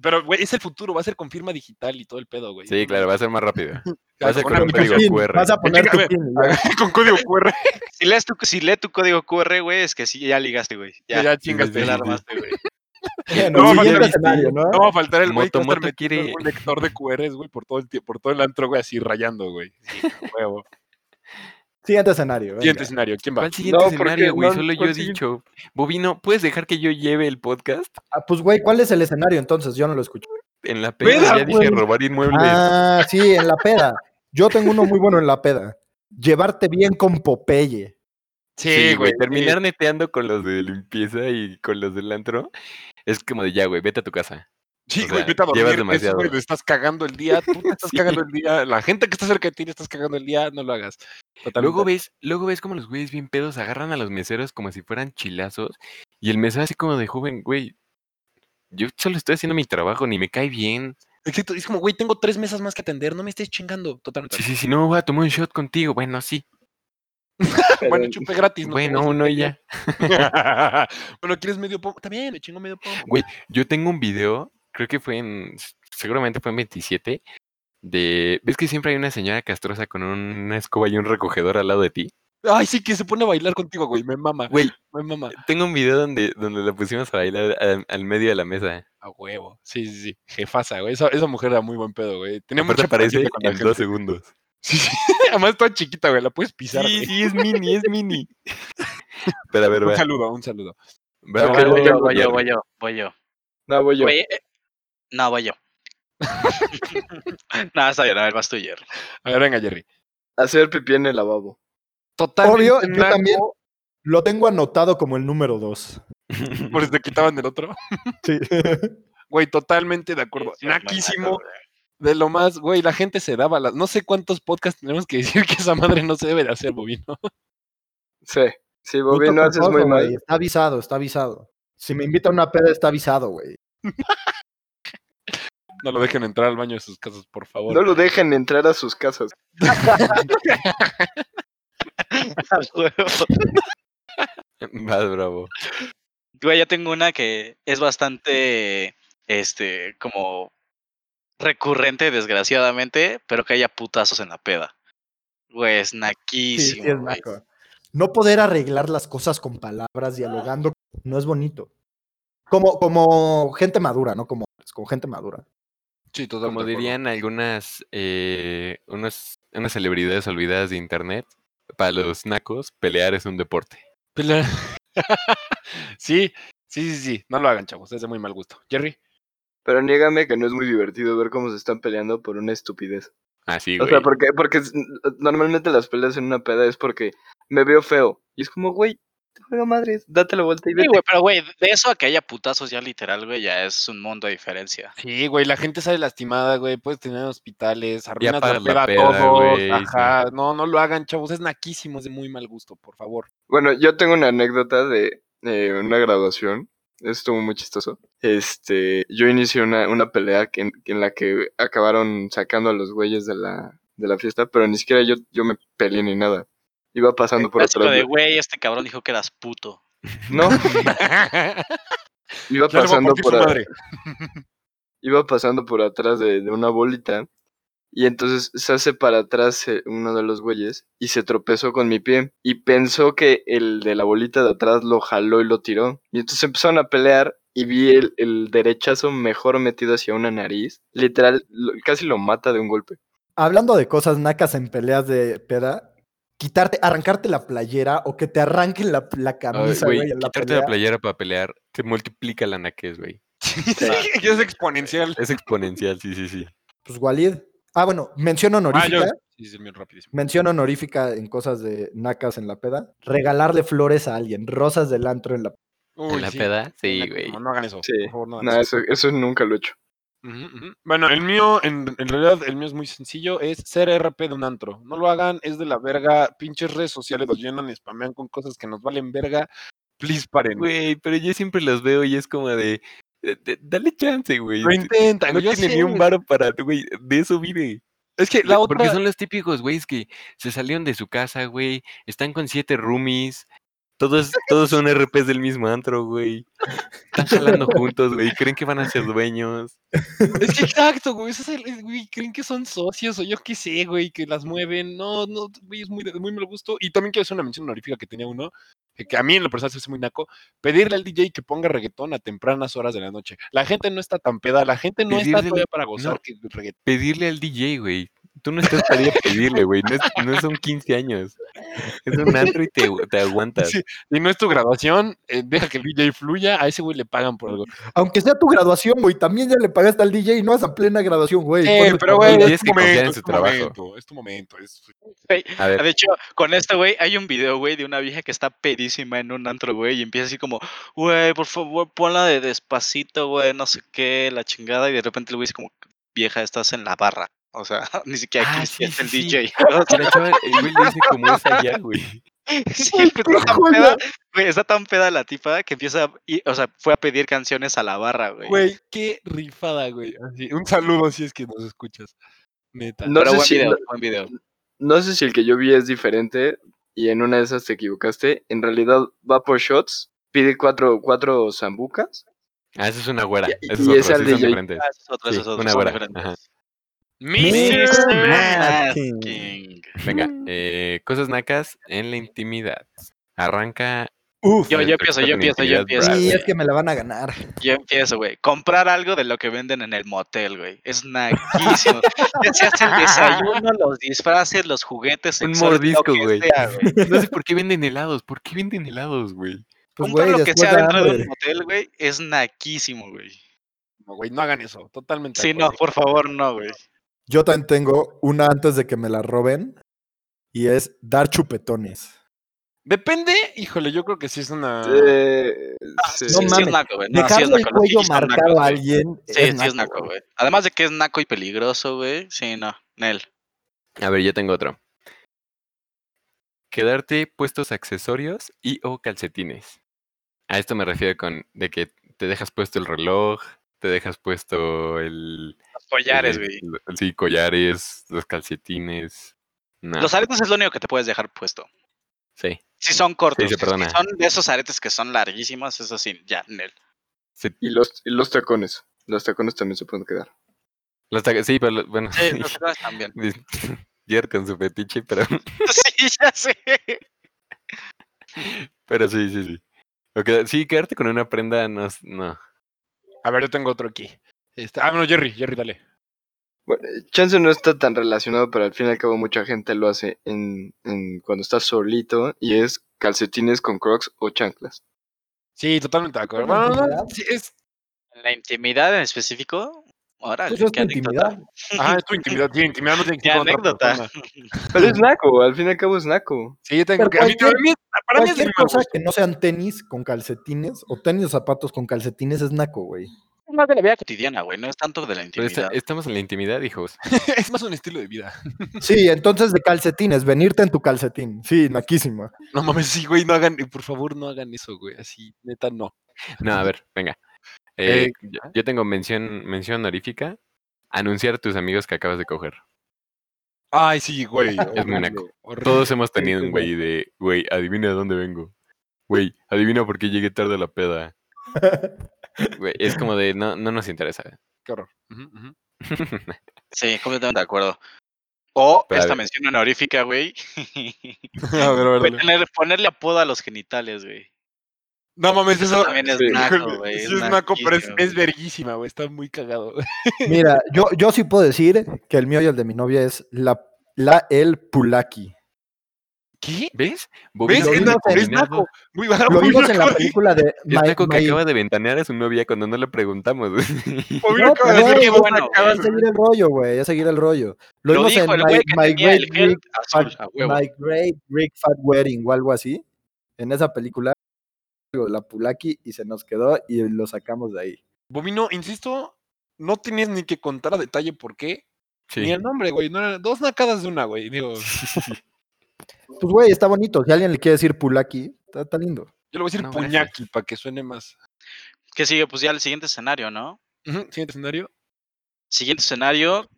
Pero, güey, es el futuro. Va a ser con firma digital y todo el pedo, güey.
Sí, claro, va a ser más rápido.
Ya,
va a ser
con
con
una
un código
Pin,
QR.
Vas a poner tu
Chíngame.
pin. ya.
Con código QR.
Si lees tu, si lee tu código QR, güey, es que sí, ya ligaste, güey.
Ya,
Ya,
chingaste.
ya la armaste, güey.
Bueno,
No va a
siguiente
faltar-
escenario, ¿no?
No va a faltar el güey que va a estar
Motomoto
metiendo
quiere-
un lector de QRs, güey, por todo el tie- por todo el antro, güey, así rayando, güey. Sí, a huevo.
Siguiente escenario. venga.
Siguiente escenario, ¿quién va?
¿Cuál siguiente
porque
escenario, güey?
no-
Solo yo
¿cuál
he
siguiente?
dicho. Bobino, ¿puedes dejar que yo lleve el podcast?
Ah, pues, güey, ¿cuál es el escenario entonces? Yo no lo escucho.
En la peda
Peda,
ya dije
güey.
robar inmuebles.
Ah, sí, en la peda. Yo tengo uno muy bueno en la peda. Llevarte bien con Popeye.
sí, güey. Terminar
sí.
neteando con los de limpieza y con los del antro. Es como de ya, güey, vete a tu casa.
Sí,
o
güey,
sea,
vete a dormir.
llevas
eso, güey,
demasiado.
le estás cagando el día, tú te estás
Sí.
cagando el día, la gente que está cerca de ti le estás cagando el día, no lo hagas. Totalmente.
Luego ves, luego ves como los güeyes bien pedos agarran a los meseros como si fueran chilazos. Y el mesero así como de joven, güey. Yo solo estoy haciendo mi trabajo, ni me cae bien.
Exacto, es como, güey, tengo tres mesas más que atender, no me estés chingando. Totalmente.
Sí, sí, sí, no voy a tomar un shot contigo. Bueno, sí.
Bueno,
Pero-
chupe gratis.
Bueno, uno y ya.
ya. bueno, ¿quieres medio pomo? También, le chingo medio pomo.
Güey, yo tengo un video, creo que fue en, s- seguramente fue en 27, de, ves que siempre hay una señora castrosa con una escoba y un recogedor al lado de ti.
Ay, sí, que se pone a bailar contigo, güey, me mama,
Güey,
me mama.
tengo un video donde, donde la pusimos a bailar al, al medio de la mesa.
A huevo. Sí, sí, sí. Jefasa, güey. Esa, esa mujer era muy buen pedo, güey. Tenía
Aparte
mucha
aparece en
paciencia con la
dos
gente.
segundos.
Sí, sí. Además, toda chiquita, güey. La puedes pisar,
Sí,
güey.
sí, es mini, es mini. Pero a ver,
Un
va.
saludo, un saludo.
va,
Ok,
va,
voy
va,
yo,
va, va.
voy
yo, voy yo.
No, voy yo.
Güey, eh, No, voy yo. no, está bien, a ver, vas tú, Jerry.
A ver, venga, Jerry.
Hacer pipí en el lavabo.
Total.
Obvio, yo también lo tengo anotado como el número dos.
Por si te quitaban el otro.
Sí.
Güey, totalmente de acuerdo.
Sí, sí,
Naquísimo.
hermano, güey.
De lo más, güey, la gente se daba las. No sé cuántos podcasts tenemos que decir que esa madre no se debe de hacer, bovino.
Sí. Sí, Bobby,
Gusto
no haces muy
culposo, güey,
mal.
Está avisado, está avisado. Si me invita a una peda, está avisado, güey.
No lo dejen entrar al baño de sus casas, por favor.
No lo dejen entrar a sus casas.
A huevo.
Vas, bravo.
Güey, yo tengo una que es bastante, este, como recurrente, desgraciadamente, pero que haya putazos en la peda. Güey, es
Sí, sí,
naquísimo.
es
güey.
naco. No poder arreglar las cosas con palabras, dialogando, no es bonito. Como, como gente madura, ¿no? Como, como gente madura.
Sí, totalmente.
Como
de acuerdo.
dirían algunas, eh, unas, unas celebridades olvidadas de internet, para los nacos, pelear es un deporte.
Pues la- sí, sí, sí, sí. No lo hagan, chavos. Es de muy mal gusto. Jerry.
Pero niégame que no es muy divertido ver cómo se están peleando por una estupidez.
Así,
O
güey.
sea, porque, porque es- normalmente las peleas en una peda es porque me veo feo. Y es como, güey, te juega madres, date la vuelta y
Sí,
vete.
güey, pero güey, de eso a que haya putazos ya literal, güey, ya es un mundo de diferencia.
Sí, güey. La gente sale lastimada, güey. Puedes tener hospitales. Arruinas la
pagas la
peda a
peda,
todos.
güey,
Ajá. No, no lo hagan, chavos. Es naquísimo. Es de muy mal gusto, por favor.
Bueno, yo tengo una anécdota de eh, una graduación. Estuvo muy chistoso. Este, yo inicié una, una pelea que- en, en la que acabaron sacando a los güeyes de la, de la fiesta, pero ni siquiera yo, yo me peleé ni nada. Iba pasando por
Clásico
atrás.
de,
de-
güey, este cabrón dijo que eras puto.
No,
Claro, va a
iba pasando
partir su
por, a-
madre.
iba pasando por atrás de, de una bolita y entonces se hace para atrás eh, uno de los güeyes y se tropezó con mi pie y pensó que el de la bolita de atrás lo jaló y lo tiró. Y entonces empezaron a pelear y vi el, el derechazo mejor metido hacia una nariz. Literal, lo- casi lo mata de un golpe.
Hablando de cosas nacas en peleas de peda, quitarte, arrancarte la playera o que te arranquen la, la
Ay,
camisa,
güey,
güey, en la
quitarte
pelea.
la playera para pelear te multiplica la naquez, güey.
Sí, es exponencial.
Es exponencial, sí, sí, sí.
Pues Walid. Ah, bueno, mención
Ah,
honorífica.
yo- Sí, sí, bien rapidísimo.
Mención honorífica en cosas de nacas en la peda. Regalarle flores a alguien, rosas del antro en la
Uy,
en la
sí.
peda, sí,
Naco,
güey.
No, no hagan eso.
Sí.
Por favor, no hagan
Nada,
eso.
eso, eso nunca lo he hecho.
Ujú, ujú. Bueno, el mío, en, en realidad, el mío es muy sencillo, es ser RP de un antro. No lo hagan, es de la verga, pinches redes sociales los llenan y spamean con cosas que nos valen verga. Please paren.
Güey, pero yo siempre los veo y es como de. de- de- dale chance, güey.
Lo intentan,
No
yo
tiene
sé,
ni un
güey.
varo para, güey. De eso vive.
Es que
La
la otra...
Porque son los típicos, güey, es que se salieron de su casa, güey. Están con siete roomies. Todos, todos son RPs del mismo antro, güey. Están jalando juntos, güey. Creen que van a ser dueños.
Es que exacto, güey. ese es el- es- güey, creen que son socios o yo qué sé, güey, que las mueven. No, no, güey, es muy, de- muy mal gusto. Y también quiero hacer una mención honorífica que tenía uno, que que a mí en lo personal se me hace muy naco, pedirle al DJ que ponga reggaetón a tempranas horas de la noche. La gente no está tan peda, la gente no está
Pedirle-
todavía para gozar que el reggaetón.
Pedirle al DJ, güey. Tú no estás para ir a pedirle, güey. No, es- no son 15 años. Es un antro y te, te aguantas.
Sí, Y no es tu graduación, eh, deja que el DJ fluya, a ese güey le pagan por algo.
Aunque sea tu graduación, güey, también ya le pagaste al DJ, no es a plena graduación, güey.
Eh,
ponle
pero
tu-
güey,
tienes
es tu
que confiar
momento,
en
es
su
tu
trabajo.
momento, es tu momento. es-
A ver,
Ah, De hecho, con esto, güey, hay un video, güey, de una vieja que está pedísima en un antro, güey, y empieza así como, güey, por favor, ponla de despacito, güey, no sé qué, la chingada, y de repente el güey dice como, vieja, estás en la barra. O sea, ni siquiera aquí
Ah,
está
sí, sí,
el
sí.
DJ.
que la chava, el güey le dice como es allá, güey.
Sí, pero está, tan
joya.
peda, güey, está tan peda la tipa que empieza, a ir- o sea, fue a pedir canciones a la barra, güey.
Güey, qué rifada, güey. así, Un saludo si es que nos escuchas. Neta.
No
pero
sé
buen
si-
video,
no-
buen video.
No sé si el que yo vi es diferente y en una de esas te equivocaste. En realidad va por shots, pide cuatro, cuatro zambucas
Ah, esa es una güera. Esa
Y-
es
y
otra,
es al
sí son
DJ.
diferentes.
Ah, esa es otra,
Sí,
esa es otra,
una
son
güera,
diferentes.
ajá.
Mr.
Mr.
Matt.
King.
Ah, King.
Venga,
Mm.
eh, cosas nacas en la intimidad. Arranca.
Uf.
Yo,
Pero
yo
creo
empiezo,
que
yo
con
empiezo, yo
intimidad,
empiezo.
bravo.
Sí,
güey.
es que me la van a ganar.
Yo empiezo, güey. Comprar algo de lo que venden en el motel, güey. Es naquísimo. Ya se hace el desayuno, los disfraces, los juguetes,
Un
exóticos,
mordisco,
lo
güey. Pues,
que sea, güey.
No sé por qué venden helados. ¿Por qué venden helados, güey?
Pues,
Comprar
güey,
lo que
después
sea
da
dentro de un
hambre.
motel, güey, es naquísimo, güey.
No, güey, no hagan eso. Totalmente. de
Sí, no,
acuerdo.
por favor, no, güey.
Yo también tengo una antes de que me la roben y es dar chupetones.
Depende, híjole, yo creo que sí es una.
Eh, sí.
Sí, sí es
mames.
naco, güey. No, sí es
Dejarle el
naco. los
cuello
DJs son
marcado
nacos,
a
güey.
alguien.
Sí, sí es naco, güey. Además de que es naco y peligroso, güey. Sí, no. Nel.
A ver, yo tengo otro. Quedarte puestos accesorios y o calcetines. A esto me refiero con de que te dejas puesto el reloj, te dejas puesto el...
Los collares,
el-
güey.
el- Sí, collares, los calcetines. No,
Los aretes es lo único que te puedes dejar puesto.
sí.
Si son cortos.
se
si
perdona.
son de esos aretes que son larguísimos, eso sí, ya, Nel.
Se-
Y los, y los tacones. Los tacones también se pueden quedar.
los taca- sí, pero lo- bueno.
Sí, los demás también.
Jer con su fetiche, pero,
Sí, ya sé.
pero sí, sí, sí. O queda- sí, quedarte con una prenda no. es- no.
A ver, yo tengo otro aquí. Este... Ah, bueno, Jerry, Jerry, dale.
Chance no está tan relacionado, pero al fin y al cabo mucha gente lo hace en, en cuando estás solito y es calcetines con crocs o chanclas.
Sí, totalmente de acuerdo. Bueno, no, no, sí, es,
La intimidad en específico. Ahora,
Pues es tu intimidad.
ah, es tu intimidad. Sí, intimidad no tiene que
Qué
ser con otra
anécdota.
persona.
Pero es naco, al fin y al cabo es naco.
Sí, yo tengo
Pero
que. a mí-
cualquier-
a mí- para mí es
Cualquier
mi
cosa
gusto.
que no sean tenis con calcetines o tenis o zapatos con calcetines es naco, güey.
Es más de la vida cotidiana, güey. No es tanto de la
Pero esta-
intimidad.
estamos en la intimidad, hijos.
Es más un estilo de vida.
Sí, entonces de calcetines, venirte en tu calcetín. Sí, naquísima.
No mames, sí, güey, no hagan, por favor, no hagan eso, güey. Así, neta, no.
No, a ver, venga. Eh,
Eh,
yo, yo tengo mención, mención honorífica. Anunciar a tus amigos que acabas de coger.
Ay, sí, güey. Es
muy naco. Todos hemos tenido un güey de, güey, adivina de dónde vengo. Güey, adivina por qué llegué tarde a la peda. Güey, es como de, no, no nos interesa.
Qué horror. Ujú, ujú.
Sí, completamente de acuerdo. O
Pero a
esta
ver.
mención honorífica, güey.
A ver, a ver, a ver.
Ponerle, ponerle apodo a los genitales, güey.
No mames, eso.
También es
sí,
naco, güey.
sí es naco, pero es,
naquísimo,
es
güey.
verguísima, güey. Está muy cagado.
Mira, yo, yo sí puedo decir que el mío y el de mi novia es la, la el pulaki.
¿Qué?
¿Ves?
¿Ves?
Bobby
Es
Doble
naco, es
combinado.
naco. Muy bajo.
Lo
muy
vimos en la
naco.
película de
Es
My-
naco que
My-
acaba de ventanear a su novia cuando no le preguntamos.
Muy
No,
naco,
pero
así
es-
que vos
bueno, eh,
acabas
Es seguir el rollo, güey, es seguir el rollo. Lo,
Lo
vimos
dijo
en
el
My,
güey que
My
tenía
Great
el gel
Great
azul
Fat-
a huevo.
My Great Big Fat Wedding o algo así. En esa película, digo, la pulaki y se nos quedó y lo sacamos de ahí.
Bobino, insisto, no tenías ni que contar a detalle por qué. Ni
Sí.
el nombre, güey. No eran dos nacadas de una, güey. Digo, yo
Pues, güey, está bonito. Si alguien le quiere decir pulaki, está, está lindo.
le voy a decir
No, gracias.
puñaki para que suene más.
¿Qué sigue? Pues ya el siguiente escenario, ¿no?
Ujú, Siguiente escenario.
Siguiente escenario.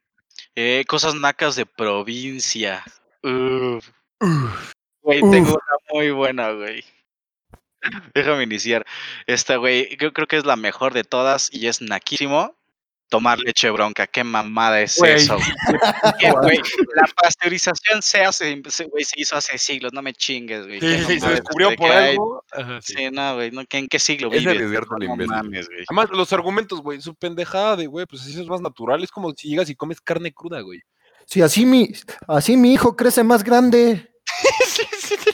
eh, cosas nacas de provincia. Uf. Güey, tengo una muy buena, güey. Déjame iniciar. Esta, güey, yo creo que es la mejor de todas y es naquísimo. Tomar leche bronca, qué mamada es
Güey.
eso. güey? Qué, güey, la pasteurización se hace, se- güey, se hizo hace siglos, no me chingues, güey. qué
Sí, sí, se
mamada es
descubrió
esta
por
que hay.
algo. Ajá, sí.
Sí, no, güey, no, ¿qué- ¿en qué siglo
Es
vives?
arriesgarte lo
no
imbécil.
mames, güey.
Además, los argumentos, güey, su pendejada de, güey, pues así es más natural. Es como si llegas y comes carne cruda, güey.
Si así mi, así mi hijo crece más grande.
Sí, sí, sí.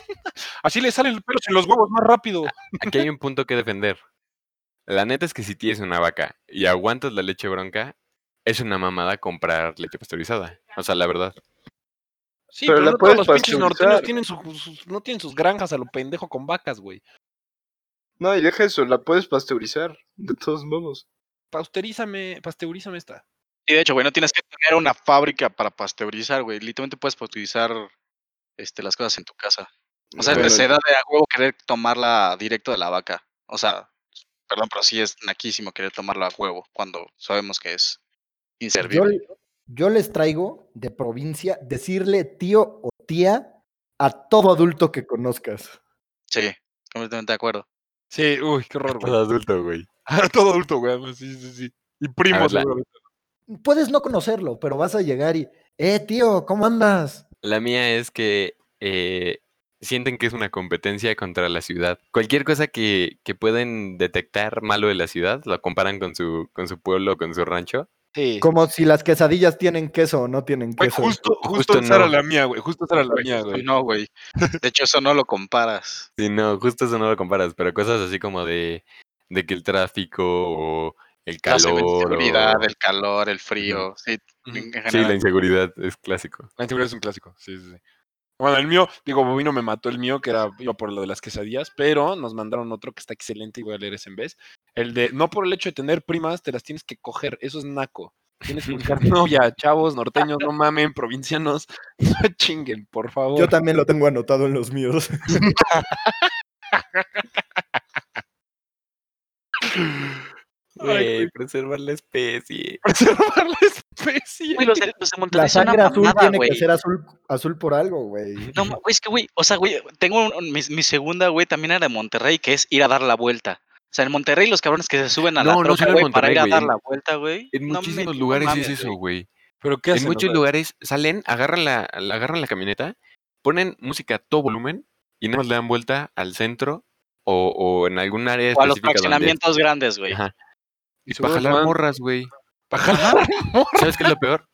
Así le salen los pelos en los huevos más rápido.
Aquí hay un punto que defender. La neta es que si tienes una vaca y aguantas la leche bronca, es una mamada comprar leche pasteurizada. O sea, la verdad.
Sí,
Pero
pero,
la
no todos
puedes
los pinches norteños
pasteurizar.
tienen sus- sus- no tienen sus granjas a lo pendejo con vacas, güey.
No, y deja eso, la puedes pasteurizar, de todos modos.
Pasteurízame, pasteurízame esta.
Y de hecho, güey, no tienes que tener una fábrica para pasteurizar, güey. Literalmente puedes pasteurizar este, las cosas en tu casa. O sea,
Bueno,
se da de a huevo querer tomarla directo de la vaca. O sea, perdón, pero sí es naquísimo querer tomarla a huevo cuando sabemos que es
Yo,
inservible.
yo les traigo de provincia decirle tío o tía a todo adulto que conozcas.
Sí, completamente de acuerdo.
Sí, uy, qué horror, güey.
Todo adulto, güey.
Ahora todo adulto, güey. además, Sí, sí, sí. Y primos,
la-
seguramente.
Puedes no conocerlo, pero vas a llegar y, eh, tío, ¿cómo andas?
La mía es que eh, sienten que es una competencia contra la ciudad. Cualquier cosa que, que pueden detectar malo de la ciudad, la comparan con su, con su pueblo, con su rancho.
Sí.
Como si las quesadillas tienen queso o no tienen
Güey,
queso.
justo, justo,
Justo
esa era
no.
la mía, güey. Justo esa era la mía, güey.
Pues No, güey. De hecho, eso no lo comparas.
Sí, no, justo eso no lo comparas, pero cosas así como de, de que el tráfico o el
Ah, La
calor.
seguridad,
o-
el calor, el frío. Sí,
Ujú.
en
Sí,
general.
la inseguridad es clásico.
La inseguridad es un clásico, sí, sí, sí. Bueno, el mío, digo, Bobino me mató el mío, que era iba por lo de las quesadillas, pero nos mandaron otro que está excelente y voy a leer ese en vez. El de, no por el hecho de tener primas, te las tienes que coger, eso es naco. Tienes que buscar novia, chavos, norteños, no mamen, provincianos, no chinguen, por favor.
Yo también lo tengo anotado en los míos.
Ay, güey.
Güey, preservar la especie.
Preservar la especie.
Güey, los de- los de
La
Monterrey son una
sangre azul
mamada,
tiene que
güey.
ser azul, azul por algo, güey.
No, ma- güey, es que, güey, o sea, güey, tengo un- un- mi, mi segunda, güey, también era de Monterrey, que es ir a dar la vuelta. O sea, en Monterrey los cabrones que se suben a la
No, no
troca,
solo en
güey, para
Monterrey,
ir a
güey,
dar
en-
la vuelta, güey.
En
no
muchísimos
me- no
lugares
mames,
es eso,
güey.
güey.
Pero ¿qué
En
hacen? O
muchos
sea,
lugares salen, agarran la, la- agarran la camioneta, ponen música a todo volumen y nada más le dan vuelta al centro o, o en algún área
O a
específica
los
donde...
fraccionamientos grandes, güey.
Ajá,
y
para
seguro
jalar
van-
morras, güey.
para jalar-
¿Sabes qué es lo peor?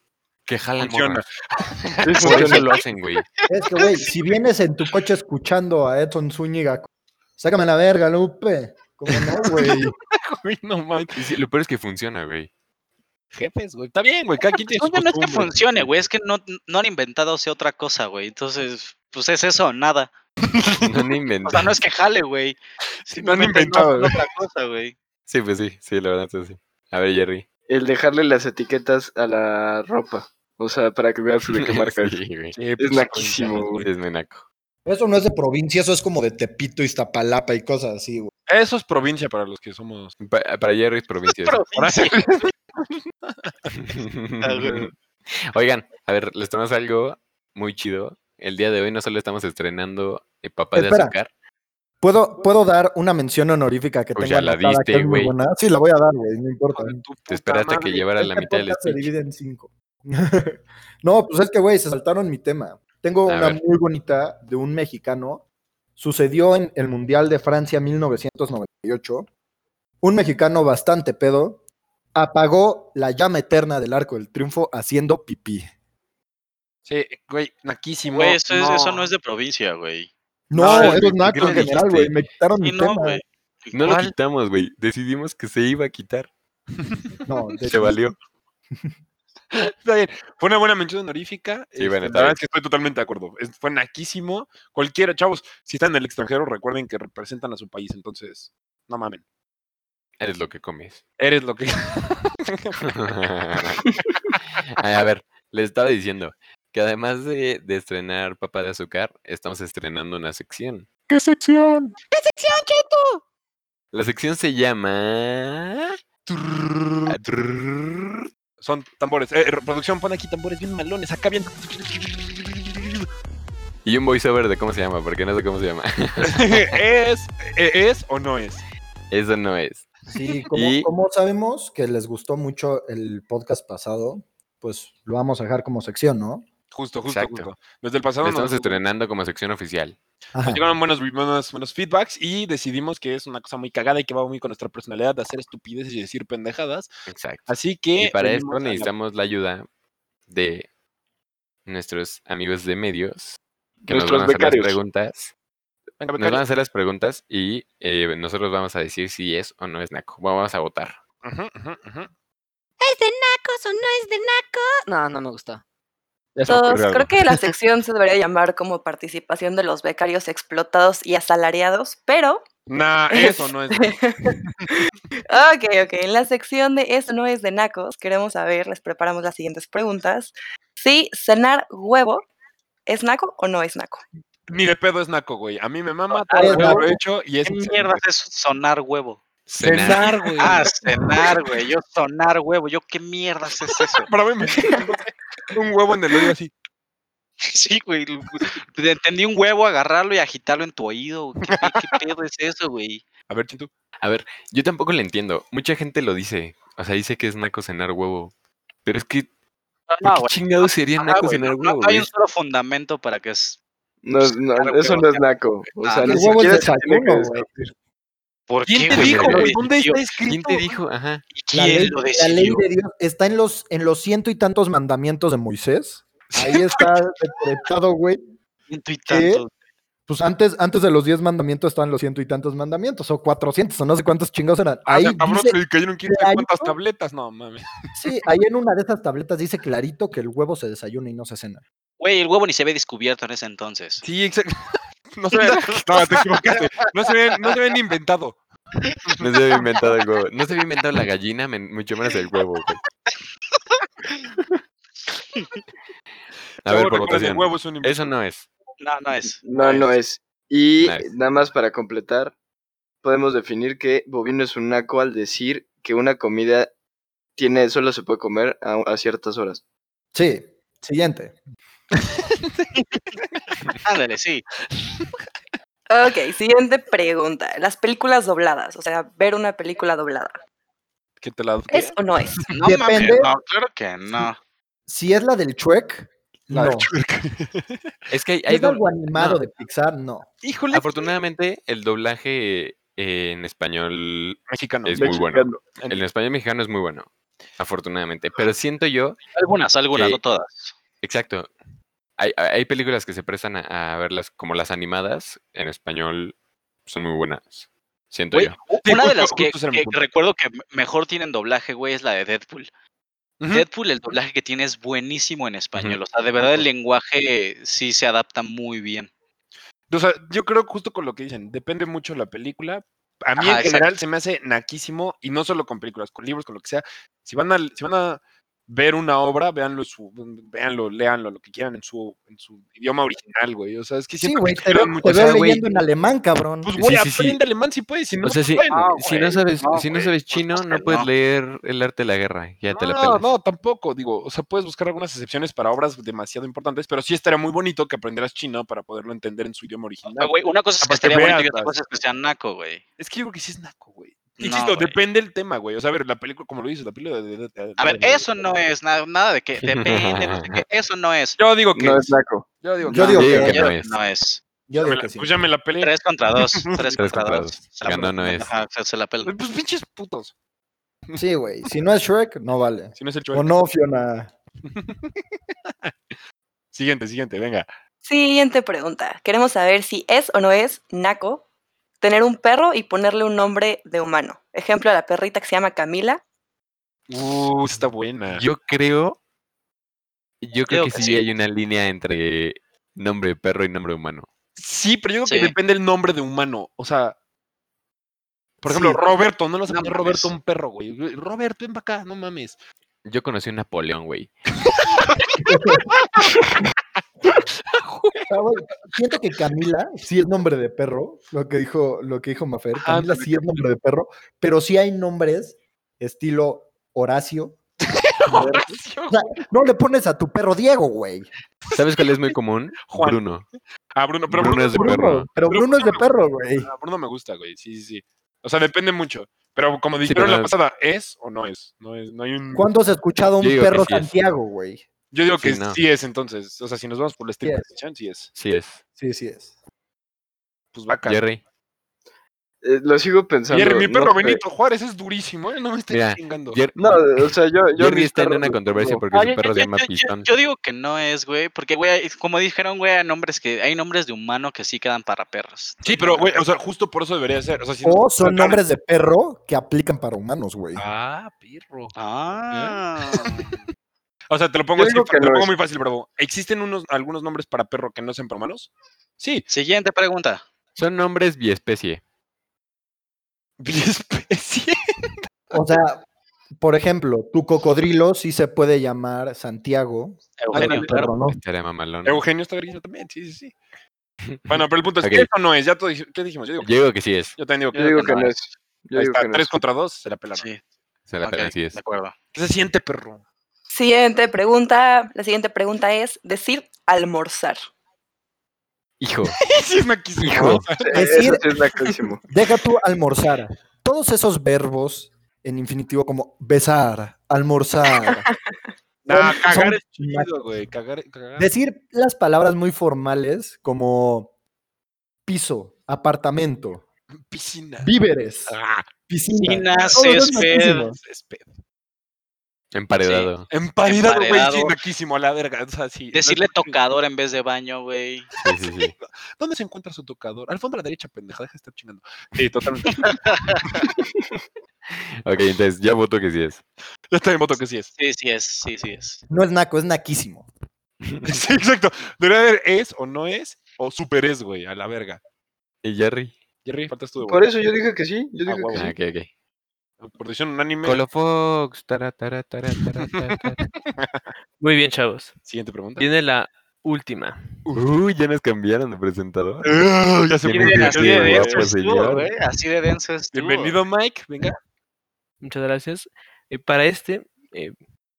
que jalan
Funciona.
morras.
Sí,
Por
funciona.
eso lo hacen, güey.
Es que, güey, si vienes en tu coche escuchando a Edson Zúñiga, sácame la verga, Lupe. ¿Cómo no, güey?
Güey, no manches.
Y sí, lo peor es que funciona, güey.
Jefes, güey. Está bien, güey. Cada quien tiene sus
Oye, no es que
costumbres.
funcione, güey, es que no, no han inventado o sea, otra cosa, güey. Entonces, pues es eso, nada.
No han
O sea,
inventado.
no es que jale, güey.
no han
Simplemente
inventado,
no hacen otra cosa, güey.
Sí, pues sí, sí, la verdad es que sí. A ver, Jerry.
El dejarle las etiquetas a la ropa. O sea, para que veas de qué marca es.
Sí, güey.
Sí,
Es
pues,
naquísimo, güey.
Es menaco.
Eso no es de provincia, eso es como de Tepito, Iztapalapa y cosas así, güey.
Eso es provincia para los que somos.
Pa- para Jerry es provincia. eso.
Provincia.
Oigan, a ver, les tenemos algo muy chido. El día de hoy no solo estamos estrenando eh, Papá de
Espera.
Azúcar.
¿Puedo, ¿Puedo dar una mención honorífica que
Pues
tengo
ya la
anotada, que
diste,
es muy
güey.
buena? Sí, la voy a dar, güey, no importa.
Te esperaste que llevara la
Este
mitad del
podcast se
speech.
divide en cinco. no, pues es que, güey, se saltaron mi tema. Tengo
A
una
ver.
muy bonita de un mexicano. Sucedió en el Mundial de Francia 1998. Un mexicano bastante pedo apagó la llama eterna del arco del triunfo haciendo pipí.
Sí, güey, naquísimo.
Güey, eso, es- eso no es de provincia, güey.
No,
No,
eso
güey,
es naco
¿por
en
Ah, qué lo
general,
dijiste?
güey. Me quitaron
Sí,
mi
no,
tema.
güey.
No lo
¿Cuál?
quitamos, güey. Decidimos que se iba a quitar.
No, de-
Se valió.
Está bien. Fue una buena mención honorífica.
Sí, bueno,
este,
está
la verdad
bien.
es que estoy totalmente de acuerdo. Es- fue naquísimo. Cualquiera, chavos, si están en el extranjero, recuerden que representan a su país. Entonces, no mamen.
Eres lo que comes.
Eres lo que.
Ay, a ver, les estaba diciendo que además de, de estrenar Papá de Azúcar, estamos estrenando una sección.
¿Qué sección?
La sección se llama... Ah, trrrr.
Son tambores. Eh, producción, pon aquí tambores bien malones. Acá bien.
Y un voiceover de cómo se llama, porque no sé cómo se llama.
¿Es, eh, ¿Es o no es?
Eso no es.
Sí, como,
Y-
como sabemos que les gustó mucho el podcast pasado, pues lo vamos a dejar como sección, ¿no?
Justo, justo,
Exacto.
justo. Desde el pasado
La
nos
estamos estrenando como sección oficial. Pues
Ajá.
llegaron buenos, re- buenos, buenos feedbacks y decidimos que es una cosa muy cagada y que va muy con nuestra personalidad de hacer estupideces y decir pendejadas.
Exacto.
Así que.
Y para
venimos
esto
a la-
necesitamos la ayuda de nuestros amigos de medios que nos van
Nuestros
a hacer
becarios.
las preguntas.
Venga,
Nos van a
becarios.
hacer las preguntas y eh, nosotros vamos a decir si es o no es Naco. Vamos a votar.
Ujú, ujú, ujú.
¿Es de nacos o no es de naco? No, no me gustó.
Ya se me
Todos,
ocurrió algo.
creo que la sección se debería llamar como participación de los becarios explotados y asalariados, pero...
Nah, eso no es.
Ok, ok, en la sección de eso no es de nacos, queremos saber, les preparamos las siguientes preguntas. Si cenar huevo es naco o no es naco.
Ni de pedo es naco, güey. A mí me mama,
Ah,
todo
huevo.
lo he hecho y es.
¿Qué mierda es sonar huevo?
Cenar.
güey.
Ah, cenar, güey. Yo sonar huevo. Yo, ¿qué mierda es eso?
Para mí me un huevo en el oído así.
Sí, güey. lo- te Entendí un huevo, agarrarlo y agitarlo en tu oído. güey. ¿Qué, pe- qué pedo es eso, güey?
A ver, Chintu.
Yo tampoco lo entiendo. Mucha gente lo dice. O sea, dice que es Naco cenar huevo. Pero es que, ¿por
No,
qué
güey.
chingados sería
Ajá,
Naco
güey,
cenar
no- no-
huevo?
no hay
Ah, güey?
un solo fundamento para que es.
No es- no,
Claro,
eso
pero-
no es naco. O sea,
Ah,
ni
el huevo
siquiera
es
se tiene que
desayuno, güey.
discutir.
¿Por
¿Quién
qué,
te
güey?
dijo,
¿Quién lo
güey? ¿Dónde
decidió?
está escrito?
¿Quién te dijo? Ajá.
¿Y
La
quién
ley,
lo
la ley
decidió?
de Dios está en los, en los ciento y tantos mandamientos de Moisés. Ahí está decretado, güey.
Ciento y
¿Qué?
tantos.
Pues antes, antes de los diez mandamientos estaban los ciento y tantos mandamientos, o cuatrocientos, o no sé cuántos chingados eran.
Ah,
Ahí
cabrón,
dice-
le cayeron quién sabe
clarito.
cuántas tabletas. No, mames.
sí, ahí en una de esas tabletas dice clarito que el huevo se desayuna y no se cena.
Güey, el huevo ni se ve descubierto en ese entonces.
Sí, exacto. No se habían- no, te equivocaste. No se habían, no se habían inventado.
No se había inventado el huevo. No se había inventado la gallina, men- mucho menos el huevo, güey. A ver,
Chavos,
por
recuerden, el
votación.
huevo es un invento.
Eso no es.
No, no es.
No, no es. Y
Nice.
nada más para completar, podemos definir que bovino es un naco al decir que una comida tiene solo se puede comer a, a ciertas horas.
Sí, siguiente.
Ándale, sí.
Ok, siguiente pregunta. Las películas dobladas, o sea, ver una película doblada,
Que te la
¿es o no es?
No
Depende.
mames, no, claro que no.
Si es la del Chuec, no.
Es que hay,
Si
hay
es algo
dobl-
animado
no.
de Pixar, no.
Híjole.
Afortunadamente, el doblaje eh, en español,
Mexicano.
Es muy bueno.
Mexicano.
el español mexicano es muy bueno. afortunadamente. Pero siento yo,
Algunas, algunas,
Que-
no todas.
exacto, hay, hay películas que se prestan a, a verlas como las animadas en español, son muy buenas, siento
Güey,
yo.
Sí,
Una de
justo-
las que,
justo ese era mi
que
punto.
recuerdo que m- mejor tienen doblaje, güey, es la de Deadpool.
Ujú.
Deadpool, el doblaje que tiene es buenísimo en español. O sea, de verdad el lenguaje sí se adapta muy bien.
O sea, yo creo justo con lo que dicen, depende mucho la película. A mí
Ajá,
en general se me hace naquísimo, y no solo con películas, con libros, con lo que sea. Si van a, si van a ver una obra, véanlo, en su, véanlo, léanlo, lo que quieran en su, en su idioma original, güey. O sea, es que
Sí,
siempre
güey, te veo,
tiran mucho-
te
o
veo
sea, güey,
leyendo en alemán, cabrón.
Pues
Sí,
güey,
sí, sí.
aprende alemán si puedes, si no,
o sea, si,
pues, bueno,
si no
güey.
sabes,
no,
si no
güey,
sabes
por
chino, no
supuesto,
puedes
no.
leer el arte de la guerra. Ya te la
No,
pelas.
no, tampoco. Digo, o sea, puedes buscar algunas excepciones para obras demasiado importantes, pero sí estaría muy bonito que aprenderas chino para poderlo entender en su idioma original.
Ah, güey, una cosa es
para
que
que
estaría bonito y
veas
otra
las-
cosa es que sea naco, güey.
Es que yo creo que sí es naco, güey.
No,
Insisto,
güey.
depende el tema, güey. O sea, a ver, la película, como lo dices, la película de... de- de-
A ver,
de-
eso no es nada, nada de que depende, no sé qué, eso no es.
Yo digo que...
No
es.
es naco.
Yo digo que...
Yo
es.
digo
yo digo que
que-
Yo
no
creo que
es.
no es.
Yo
Me
digo
la-
que sí.
Pues ya me la peleé.
Tres contra dos. Tres contra
contra
dos.
dos.
Se la
Ganó
pela-
no es.
Ajá, se- se la pela.
Pues pinches putos.
Sí, güey. Si no es Shrek, no vale.
Si no es el
O
chueco.
no, Fiona.
Siguiente, siguiente, venga.
Siguiente pregunta. Queremos saber si es o no es naco tener un perro y ponerle un nombre de humano. Ejemplo, a la perrita que se llama Camila.
Uh, está buena.
Yo creo. Yo creo
Creo
que
que
sí
sí.
hay una línea entre nombre de perro y nombre humano.
Sí, pero yo digo
Sí.
que depende el nombre de humano. O sea... Por ejemplo,
Sí.
Roberto, no lo sé
No
poner Roberto
mames.
un perro, güey. Güey, Roberto, ven para acá, no mames.
Yo conocí a un Napoleón, güey.
Ah, güey, Siento que Camila sí es nombre de perro, lo que dijo, lo que dijo Mafer. Camila
ándale,
sí es nombre de perro, pero sí hay nombres estilo Horacio.
Horacio.
O sea, no le pones a tu perro Diego, güey.
¿Sabes cuál es muy común?
Juan.
Bruno.
Ah, Bruno, pero
Bruno es de
Bruno,
perro.
Pero Bruno es de perro, güey.
Ah, Bruno me gusta, güey. Sí, sí, sí. O sea, depende mucho. Pero como
Sí,
dijeron
pero
la
no-
pasada, ¿es o no es? No, es, no hay un...
¿Cuándo has escuchado a un
Yo digo que
perro
sí es.
Santiago, güey?
Yo digo que
Sí, no.
sí es entonces. O sea, si nos vamos por la estricta
es.
definición, sí es.
Sí es.
Sí, sí es.
Pues vacas.
Jerry.
Eh, lo sigo pensando.
Jerry, mi
no
perro
sé.
Benito Juárez es durísimo, ¿eh? No me estés
Mira,
chingando.
Jer-
No, o sea, yo. yo
Jerry
mis
está en
perros
una
los
controversia
tengo.
porque
Ah,
su perro se llama
yo-
Pistón.
yo digo que no es, güey, porque, güey, hay- como dijeron, güey, hay nombres que hay nombres de humano que sí quedan para perros.
Sí, pero, güey, o sea, justo por eso debería ser. O sea, si
Oh,
O
nos-
son nombres de perro que aplican para humanos, güey.
Ah, perro.
Ah.
O sea, te lo pongo,
Yo
así,
digo que
te lo
lo
pongo
es.
muy fácil, bravo. ¿Existen unos, algunos nombres para perro que no sean para humanos? Sí.
Siguiente pregunta.
Son nombres biespecie.
Biespecie.
O sea, por ejemplo, tu cocodrilo sí se puede llamar Santiago.
Eugenio,
Ándale,
claro.
Perro, ¿no?
Estaría mamalón.
Eugenio está verguísima también, sí, sí, sí. Bueno, pero el punto es,
Ok.
¿qué es o no es? Ya todo, dij- ¿Qué dijimos? Yo digo, que-
Yo digo que sí es.
yo también digo
Yo
que...
digo que no es. Yo
Ahí
digo
está,
que no
tres
es.
contra dos, se la pelaron.
Sí,
Se la
ok,
pelan, sí es.
de acuerdo.
¿Qué se siente, perro?
Siguiente pregunta. La siguiente pregunta es decir almorzar.
Hijo.
sí, es naquísimo.
Hijo.
Eh,
Decir-
Eso sí es naquísimo.
Deja tú almorzar. Todos esos verbos en infinitivo como besar, almorzar.
Nah,
son-
Ah, cagar
son
es
chimacos.
chido, güey. Cagar, cagar.
Decir las palabras muy formales como piso, apartamento,
piscina.
víveres,
Ah,
piscina.
Piscina,
Todo eso es
césped.
naquísimo.
césped.
Emparedado.
Emparedado, güey, sí,
Emparedado.
naquísimo, a la verga. O sea, sí.
Decirle
No-
tocador en vez de baño, güey.
Sí, sí, sí.
¿Dónde se encuentra su tocador? Al fondo a la derecha, pendeja, deja de estar chingando. Sí, totalmente.
Ok, entonces ya voto que sí es.
Yo estoy en voto que sí es.
Sí, sí es, sí, sí es.
No es naco, es naquísimo.
Sí, exacto. Debería haber es o no es, o super es, güey, a la verga.
¿Y Jerry?
Jerry, faltas tú de
Por
vuelta.
eso yo dije que sí. Yo
Ah,
dije
huevo.
que
Ah,
sí.
ok, ok.
Por decisión unánime.
Colofox. tara, tara, tara, tara, tara, tara.
Muy bien, chavos.
Siguiente pregunta.
Viene la última.
Uy, ya nos cambiaron de presentador.
Ah, ya se
Qué
Así
Tiene
murió.
de,
guapo
así de denso estuvo,
señor.
güey. Así de denso estuvo.
Bienvenido, Mike. Venga.
Muchas gracias. Eh, para este, eh,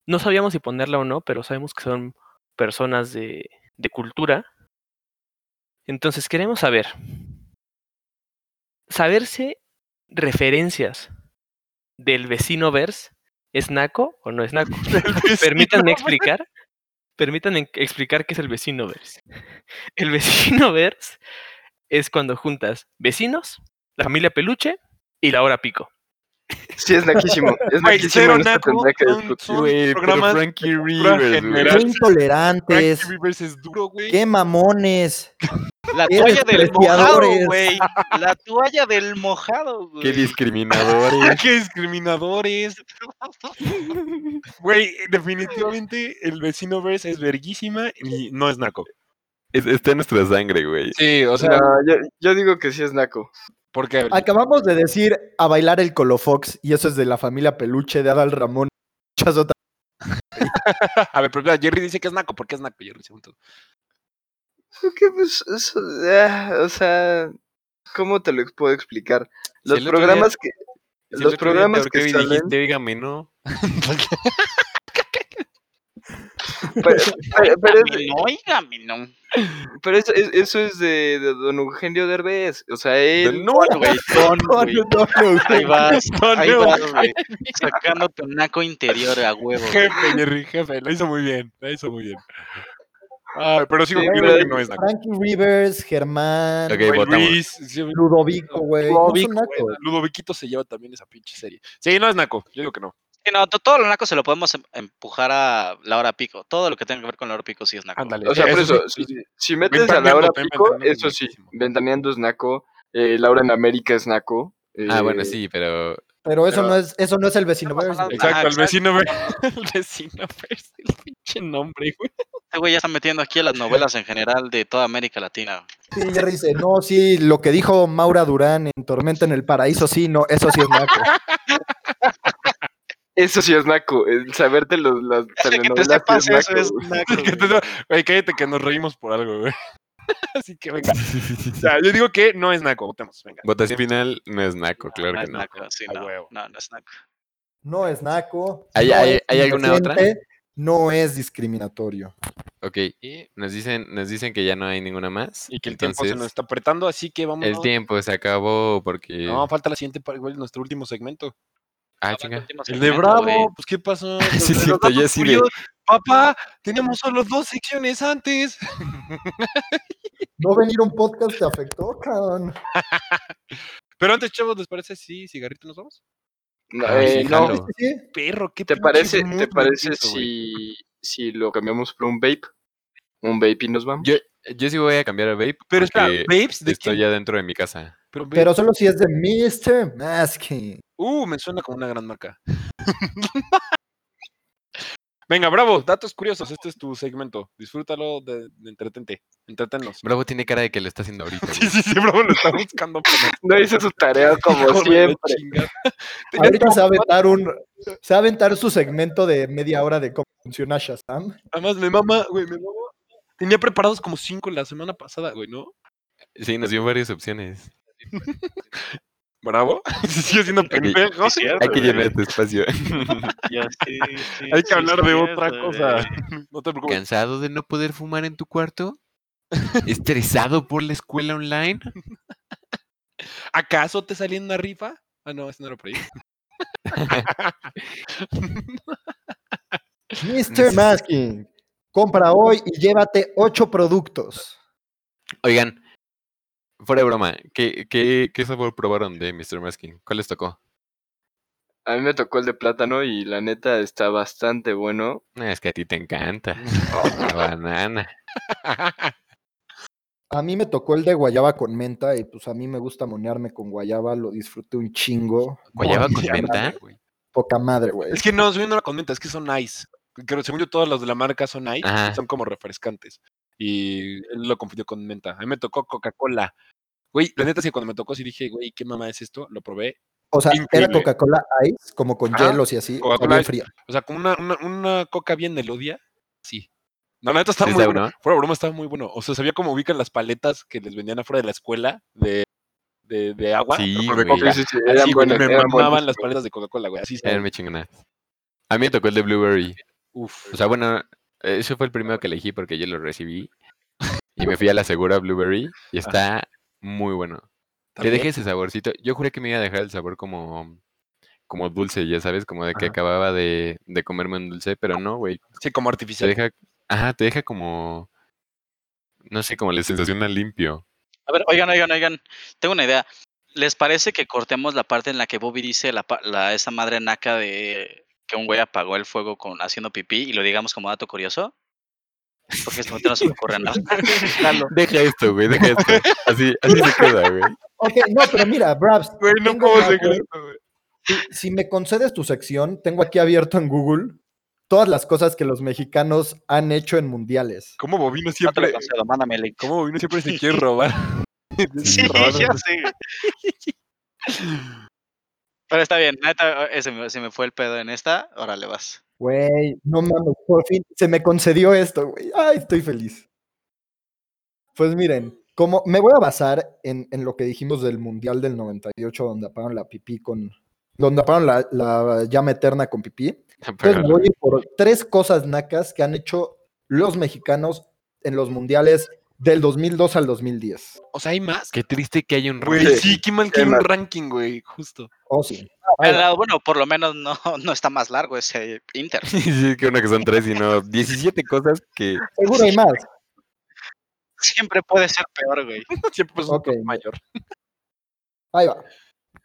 no sabíamos si ponerla o no, pero sabemos que son personas de, de cultura. Entonces queremos saber, saberse referencias del vecino verse es naco o no es naco. Permítanme explicar. Permítanme explicar qué es el vecino verse. El vecino verse es cuando juntas vecinos, la familia peluche y la hora pico.
Sí, es naquísimo. Es
Güey,
naquísimo.
cero
No se
naco,
tendrá que
son-
discutir.
son
Güey, pero
programas
Frankie
cultura
Rivers, güey.
general.
Qué
Frankie
intolerantes.
Frankie Rivers es duro, güey.
Qué mamones.
La
Qué
toalla del mojado,
despreciadores.
güey. La toalla del mojado, güey.
Qué discriminadores.
¡Qué discriminadores! Güey, definitivamente el vecino verse es verguísima y no es naco.
Es- está en nuestra sangre, güey.
Sí, o
No, yo, yo digo que sí es naco.
porque a ver,
Acabamos de decir a bailar el Colofox, y eso es de la familia Peluche de Adal Ramón. Muchas otras.
a ver, pero espera, Jerry dice que es naco, ¿por qué es naco, Jerry? Según tú.
Porque, pues, eso, ah, o sea, ¿cómo te lo puedo explicar? Los
el otro día-
programas que.
Si el
los
otro día
programas
te
que
ahorqué y
salen.
dijiste, dígame, no.
Pero, pero- pero es-
Óigame, no, óigame, no.
pero eso, es- eso es de, de don Eugenio Derbez. O sea, él.
No,
Güey, ton, güey. Ahí vas,
Ton,
ahí
no,
vas, güey. Sacando tu naco interior a huevo. güey.
Jefe, Jerry, jefe, lo hizo muy bien, lo hizo muy bien. Ah, pero sigo
Sí,
creyendo
güey.
que no es naco.
Frankie Rivers, Germán,
Ok,
Güey,
votamos.
Luis, sí,
Ludovico, güey. no son
Ludovico,
nacos.
güey, Ludoviquito se lleva también esa pinche serie. Sí, no es naco, yo digo que no.
Sí, no, to- todo lo naco se lo podemos em- empujar a la hora pico. Todo lo que tenga que ver con la hora pico sí es naco.
Ándale.
O sea, por
Eso
eso,
sí,
si, si metes a la
Ventaneando,
hora
también
pico,
ventaneando es
eso sí.
naquísimo.
Ventaneando es naco. eh, Laura en América es naco.
Ah, bueno,
eh,
sí, pero.
Pero eso
Pero-
no es, eso no es el vecino.
pasa
verse,
nada.
güey.
Exacto,
Ah,
el vecino verse. El vecino verse, el pinche nombre, güey.
Este güey ya está metiendo aquí a las novelas en general de toda América Latina.
Sí, Jerry dice, no, sí,
Lo que dijo Maura Durán en Tormenta en el Paraíso, sí, no, eso sí es naco.
Eso sí es naco. El saberte los, las
que te
telenovelas sí
sepas
es
eso es
naco, güey.
naco.
Que te- Güey, cállate que nos reímos por algo, güey. Así que venga. O sea, yo digo que no es naco, votemos, venga.
Votación final no es naco, claro que
No Ah, es
no.
naco, sí,
A
no,
huevo.
no, no es naco.
no es naco.
¿Hay-
no
hay-
es
hay alguna otra?
indecente, No es discriminatorio.
Ok, y nos dicen, nos dicen que ya no hay ninguna más.
Y que el tiempo se
entonces,
nos está apretando, así que vamos.
El tiempo se acabó porque.
No, falta la siguiente, para igual nuestro último segmento.
ah,
Hablando
chinga.
últimos
El de
segmentos,
Bravo,
güey.
pues ¿qué pasó?
Sí,
Pues,
es
los
cierto, ya
datos
sí de-
curiosos. Papá, teníamos solo dos secciones antes.
No venir a un podcast te afectó, cabrón.
Pero antes, chavos, ¿les parece si cigarrito nos vamos?
No,
Ah, sí,
eh, no.
jalo.
Sí,
Perro, ¿qué
¿Te
pinche
parece,
mood
¿te parece
maldito, güey.
si, si lo cambiamos por un vape? Un vape y nos vamos.
Yo, yo sí voy a cambiar a vape.
Pero espera,
porque
Babes, ¿de
estoy
quién?
ya dentro de mi casa.
Pero, Babes-
pero solo si es de Mr. Masking.
Uh, me suena como una gran marca. Venga, bravo, datos curiosos. Este es tu segmento. Disfrútalo, de, de- entretente. Entretennos.
Bravo tiene cara de que lo está haciendo ahorita.
Sí,
güey.
sí, sí, bravo, lo está buscando.
No hice su tarea como
Hijo de la
siempre.
chingada. Tenía
Ahorita
como-
se va a aventar un, se va a aventar su segmento de media hora de cómo funciona Shazam.
Además, me mama, güey, me mama. Tenía preparados como cinco la semana pasada, güey, ¿no?
Sí, nos dio varias opciones.
Bravo. Se sigue siendo pendejo.
sí, cierto.
Hay que llenar este espacio.
Ya, sí, sí,
Hay que
sí,
hablar
sí,
de
es,
otra
güey.
cosa. No te preocupes.
¿Cansado de no poder fumar en tu cuarto? ¿Estresado por la escuela online?
¿Acaso te salió una rifa? Ah, no, eso no era por ahí.
Mr. Masking, compra hoy y llévate ocho productos.
Oigan, fuera de broma, ¿qué, qué, qué sabor probaron de Mr. Masking? ¿Cuál les tocó?
A mí me tocó el de plátano y la neta está bastante bueno.
No, Ah, es que a ti te encanta. La banana.
A mí me tocó el de guayaba con menta y pues a mí me gusta monearme con guayaba, lo disfruté un chingo.
¿Guayaba con
Mierda,
menta?
güey.
Poca madre, güey.
Es que no, soy una comenta, es que son ice. Creo, según yo, todas las de la marca son ice,
Ajá.
son como refrescantes. Y él lo confundió con menta. A mí me tocó Coca-Cola. Güey, la neta es que cuando me tocó, sí dije, güey, ¿qué mamá es esto? Lo probé.
O sea,
increíble.
era Coca-Cola Ice, como con
Ajá,
hielos y así, o sea,
Coca-Cola
bien
Ice.
fría.
O sea, como una, una, una coca bien melodia. Sí. No, la neta estaba
¿Sí
muy
sabe,
bueno.
no?
Fuera de broma, estaba muy bueno. O sea, sabía cómo ubican las paletas que les vendían afuera de la escuela de, de, de agua.
Sí,
pero de
güey.
coca.
sí,
Así, güey,
buenas,
me
eran buenas.
mamaban las paletas de Coca-Cola, güey. Así
Eran
saben.
muy chingonas. A mí me tocó el de Blueberry.
Uf.
O sea, bueno, ese fue el primero que elegí porque yo lo recibí. Y me fui a la segura Blueberry
Ah.
y está muy bueno. Te
también.
dejé ese saborcito. Yo juré que me iba a dejar el sabor como, como dulce, ya sabes, como de que
Ajá.
acababa de, de comerme un dulce, pero no, güey.
Sí, como
Te
artificial.
deja, ajá, te deja como, no sé, como la sensación a limpio.
A ver, oigan, oigan, oigan. Tengo una idea. ¿Les parece que cortemos la parte en la que Bobby dice la, pa- la- esa madre naca de que un güey apagó el fuego con haciendo pipí y lo digamos como dato curioso? Porque en este momento no se me ocurre nada.
Deja esto, güey, deja esto. Así, así se queda, güey.
Ok, no, pero mira, Brabs,
Güey, no
Tengo
puedo
una,
seguir
güey.
esto, güey.
si me concedes tu sección, tengo aquí abierto en Google todas las cosas que los mexicanos han hecho en mundiales.
¿Cómo Bobino
No te lo
siempre,
concedo, mándame el link.
cómo Bobino siempre se quiere robar?
Sí,
Robar-
ya sé. Pero está bien, neta, eh, se me, se me fue el pedo en esta, ahora le vas.
Güey, no mames, por fin se me concedió esto, güey. Ay, estoy feliz. Pues miren, como me voy a basar en, en lo que dijimos del Mundial del 98, donde apagaron la pipí con. donde apagaron la, la llama eterna con pipí. Entonces me voy a ir por tres cosas nacas que han hecho los mexicanos en los mundiales del 2002 al 2010.
O sea, hay más.
Qué triste que haya un
Güey,
ranking.
sí, qué mal que
hay
hay un
más.
ranking, güey, justo.
Oh, sí.
Pero, bueno, por lo menos no, no está más largo ese Inter.
Sí, es que una que son tres, sino 17 cosas que.
Seguro hay más.
Siempre puede ser peor, güey.
Siempre pues
Ok.
un mayor.
Ahí va.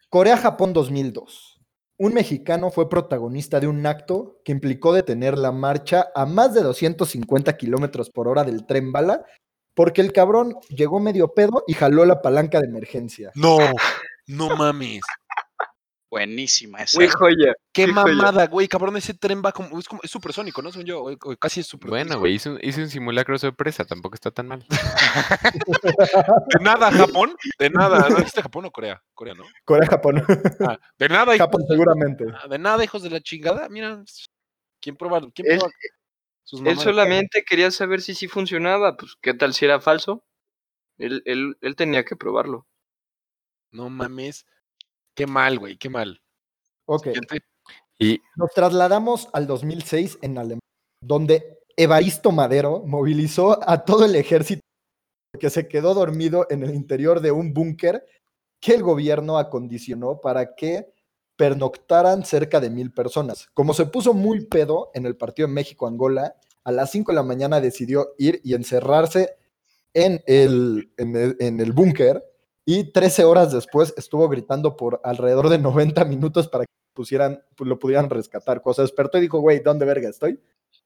Corea-Japón 2002. Un mexicano fue protagonista de un acto que implicó detener la marcha a más de 250 kilómetros por hora del tren bala, porque el cabrón llegó medio pedo y jaló la palanca de emergencia.
No, no mames.
Buenísima esa.
Muy joya.
Qué
Sí, güey, ya.
mamada, güey, cabrón, ese tren va como es como es supersónico, ¿no? Son yo, o- o casi es super.
Bueno, güey, hice un, hice un simulacro sorpresa, tampoco está tan mal.
De nada, Japón, de nada. ¿No dijiste Japón o Corea? Corea, ¿no?
Corea-Japón.
Ah, de nada, hij-
Japón seguramente.
de nada, hijos de la chingada. Mira, quién prueba, quién
Él-
prueba sus
e Él
mamadas?
solamente quería saber si sí funcionaba. Pues, ¿qué tal si era falso? Él, él, él tenía que probarlo.
No mames. Qué mal, güey, qué mal.
Ok.
Gente-
Y
Nos trasladamos al 2006 en Alemania, donde Evaristo Madero movilizó a todo el ejército que se quedó dormido en el interior de un búnker que el gobierno acondicionó para que pernoctaran cerca de mil personas. Como se puso muy pedo en el partido México-Angola, a las 5 de la mañana decidió ir y encerrarse en el, en el- en el búnker y 13 horas después estuvo gritando por alrededor de 90 minutos para pusieran, pues, lo pudieran rescatar. Cosa despertó y dijo, güey, ¿dónde verga estoy?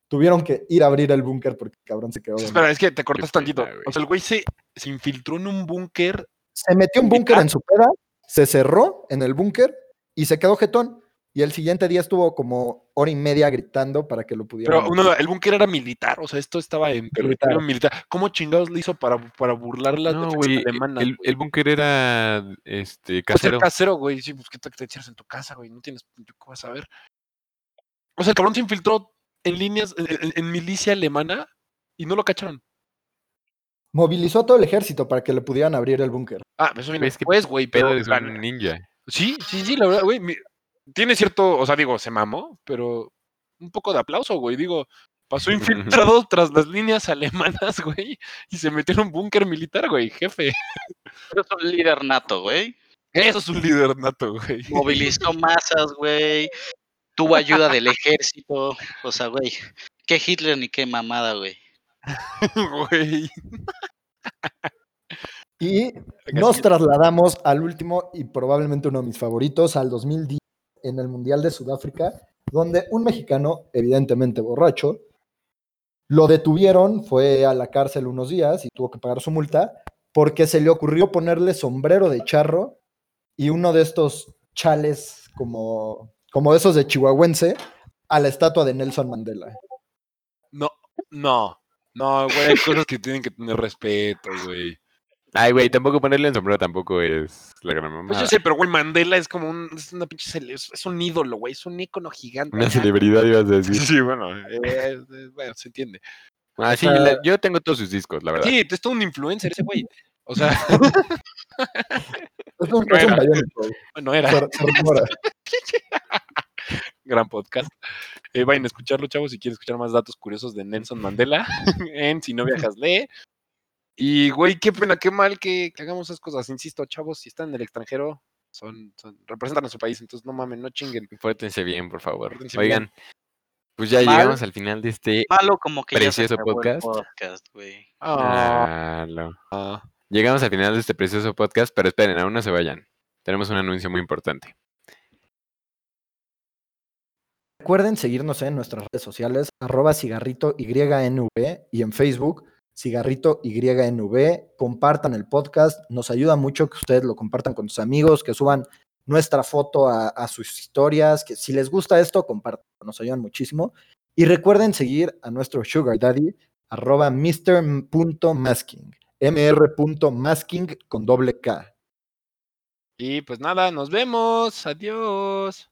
Tuvieron que ir a abrir el búnker porque el cabrón se quedó. dormido.
Espera, es que te cortas
Qué
tantito.
pena, güey.
O sea, el güey se, se infiltró en un búnker.
Se metió un búnker
ah.
en su peda, se cerró en el búnker y se quedó jetón. Y el siguiente día estuvo como hora y media gritando para que lo pudieran.
Pero uno, el búnker era militar, o sea, esto estaba en territorio militar. ¿Cómo chingados le hizo para, para burlar las
no,
defensas
güey,
alemanas?
el,
güey?
el búnker era este
Puede ser
casero.
casero, güey. Sí, pues que te, te encierras en tu casa, güey. No tienes. ¿Qué vas a ver? O sea, el cabrón se infiltró en líneas. En, en- en milicia alemana y no lo cacharon.
Movilizó a todo el ejército para que le pudieran abrir el búnker.
Ah, eso viene
Es que
después, güey. Pero.
Pedo es
la
un
neta-
ninja.
Sí, sí, sí, la verdad, güey. mi- Tiene cierto. O sea, digo, se mamó, pero un poco de aplauso, güey. Digo. Pasó infiltrado tras las líneas alemanas, güey, y se metió en un búnker militar, güey, jefe.
Pero es un líder nato, güey.
Eso es un líder nato, güey.
Movilizó masas, güey. Tuvo ayuda del ejército. O sea, güey. Qué Hitler ni qué mamada, güey.
Güey.
Y nos trasladamos al último y probablemente uno de mis favoritos, al 2010, en el Mundial de Sudáfrica, donde un mexicano, evidentemente borracho, lo detuvieron, fue a la cárcel unos días y tuvo que pagar su multa, porque se le ocurrió ponerle sombrero de charro y uno de estos chales como, como esos de chihuahuense a la estatua de Nelson Mandela.
No, no, güey, hay cosas que tienen que tener respeto, güey.
Ay, güey, tampoco ponerle el sombrero tampoco es la gran mamá.
Pues yo sé, pero güey, Mandela es como un, es una pinche, cele- es, es un ídolo, güey, es un ícono gigante.
Una
acá.
celebridad ibas a decir.
Sí, bueno, eh, eh, bueno, se entiende.
Ah, sí,
sea-
la- yo tengo todos sus discos, la verdad.
Sí, es todo un influencer ese güey. O sea,
Es un,
No
es un
era.
bayónico,
bueno, era
por- por rumora.
gran podcast. Eh, vayan a escucharlo, chavos, si quieren escuchar más datos curiosos de Nelson Mandela en Si no viajas, lee. Y, güey, qué pena, qué mal que, que hagamos esas cosas. Insisto, chavos, si están en el extranjero, son, son- representan a su país, entonces no mamen, no chinguen.
Pórtense bien, por favor.
Pórtense
Oigan, pues ya
Mal.
llegamos al final de este.
Malo como que ya se
Precioso
acabó el
podcast.
podcast, güey.
Ah,
Ah.
lo- Llegamos al final de este precioso podcast, pero esperen, aún no se vayan. Tenemos un anuncio muy importante.
Recuerden seguirnos en nuestras redes sociales, arroba cigarrito YNV y en Facebook, cigarrito YNV. Compartan el podcast, nos ayuda mucho que ustedes lo compartan con sus amigos, que suban nuestra foto a, a sus historias, que si les gusta esto, compartan, nos ayudan muchísimo. Y recuerden seguir a nuestro Sugar Daddy, arroba mr.masking, mr.masking con doble K.
Y pues nada, nos vemos. Adiós.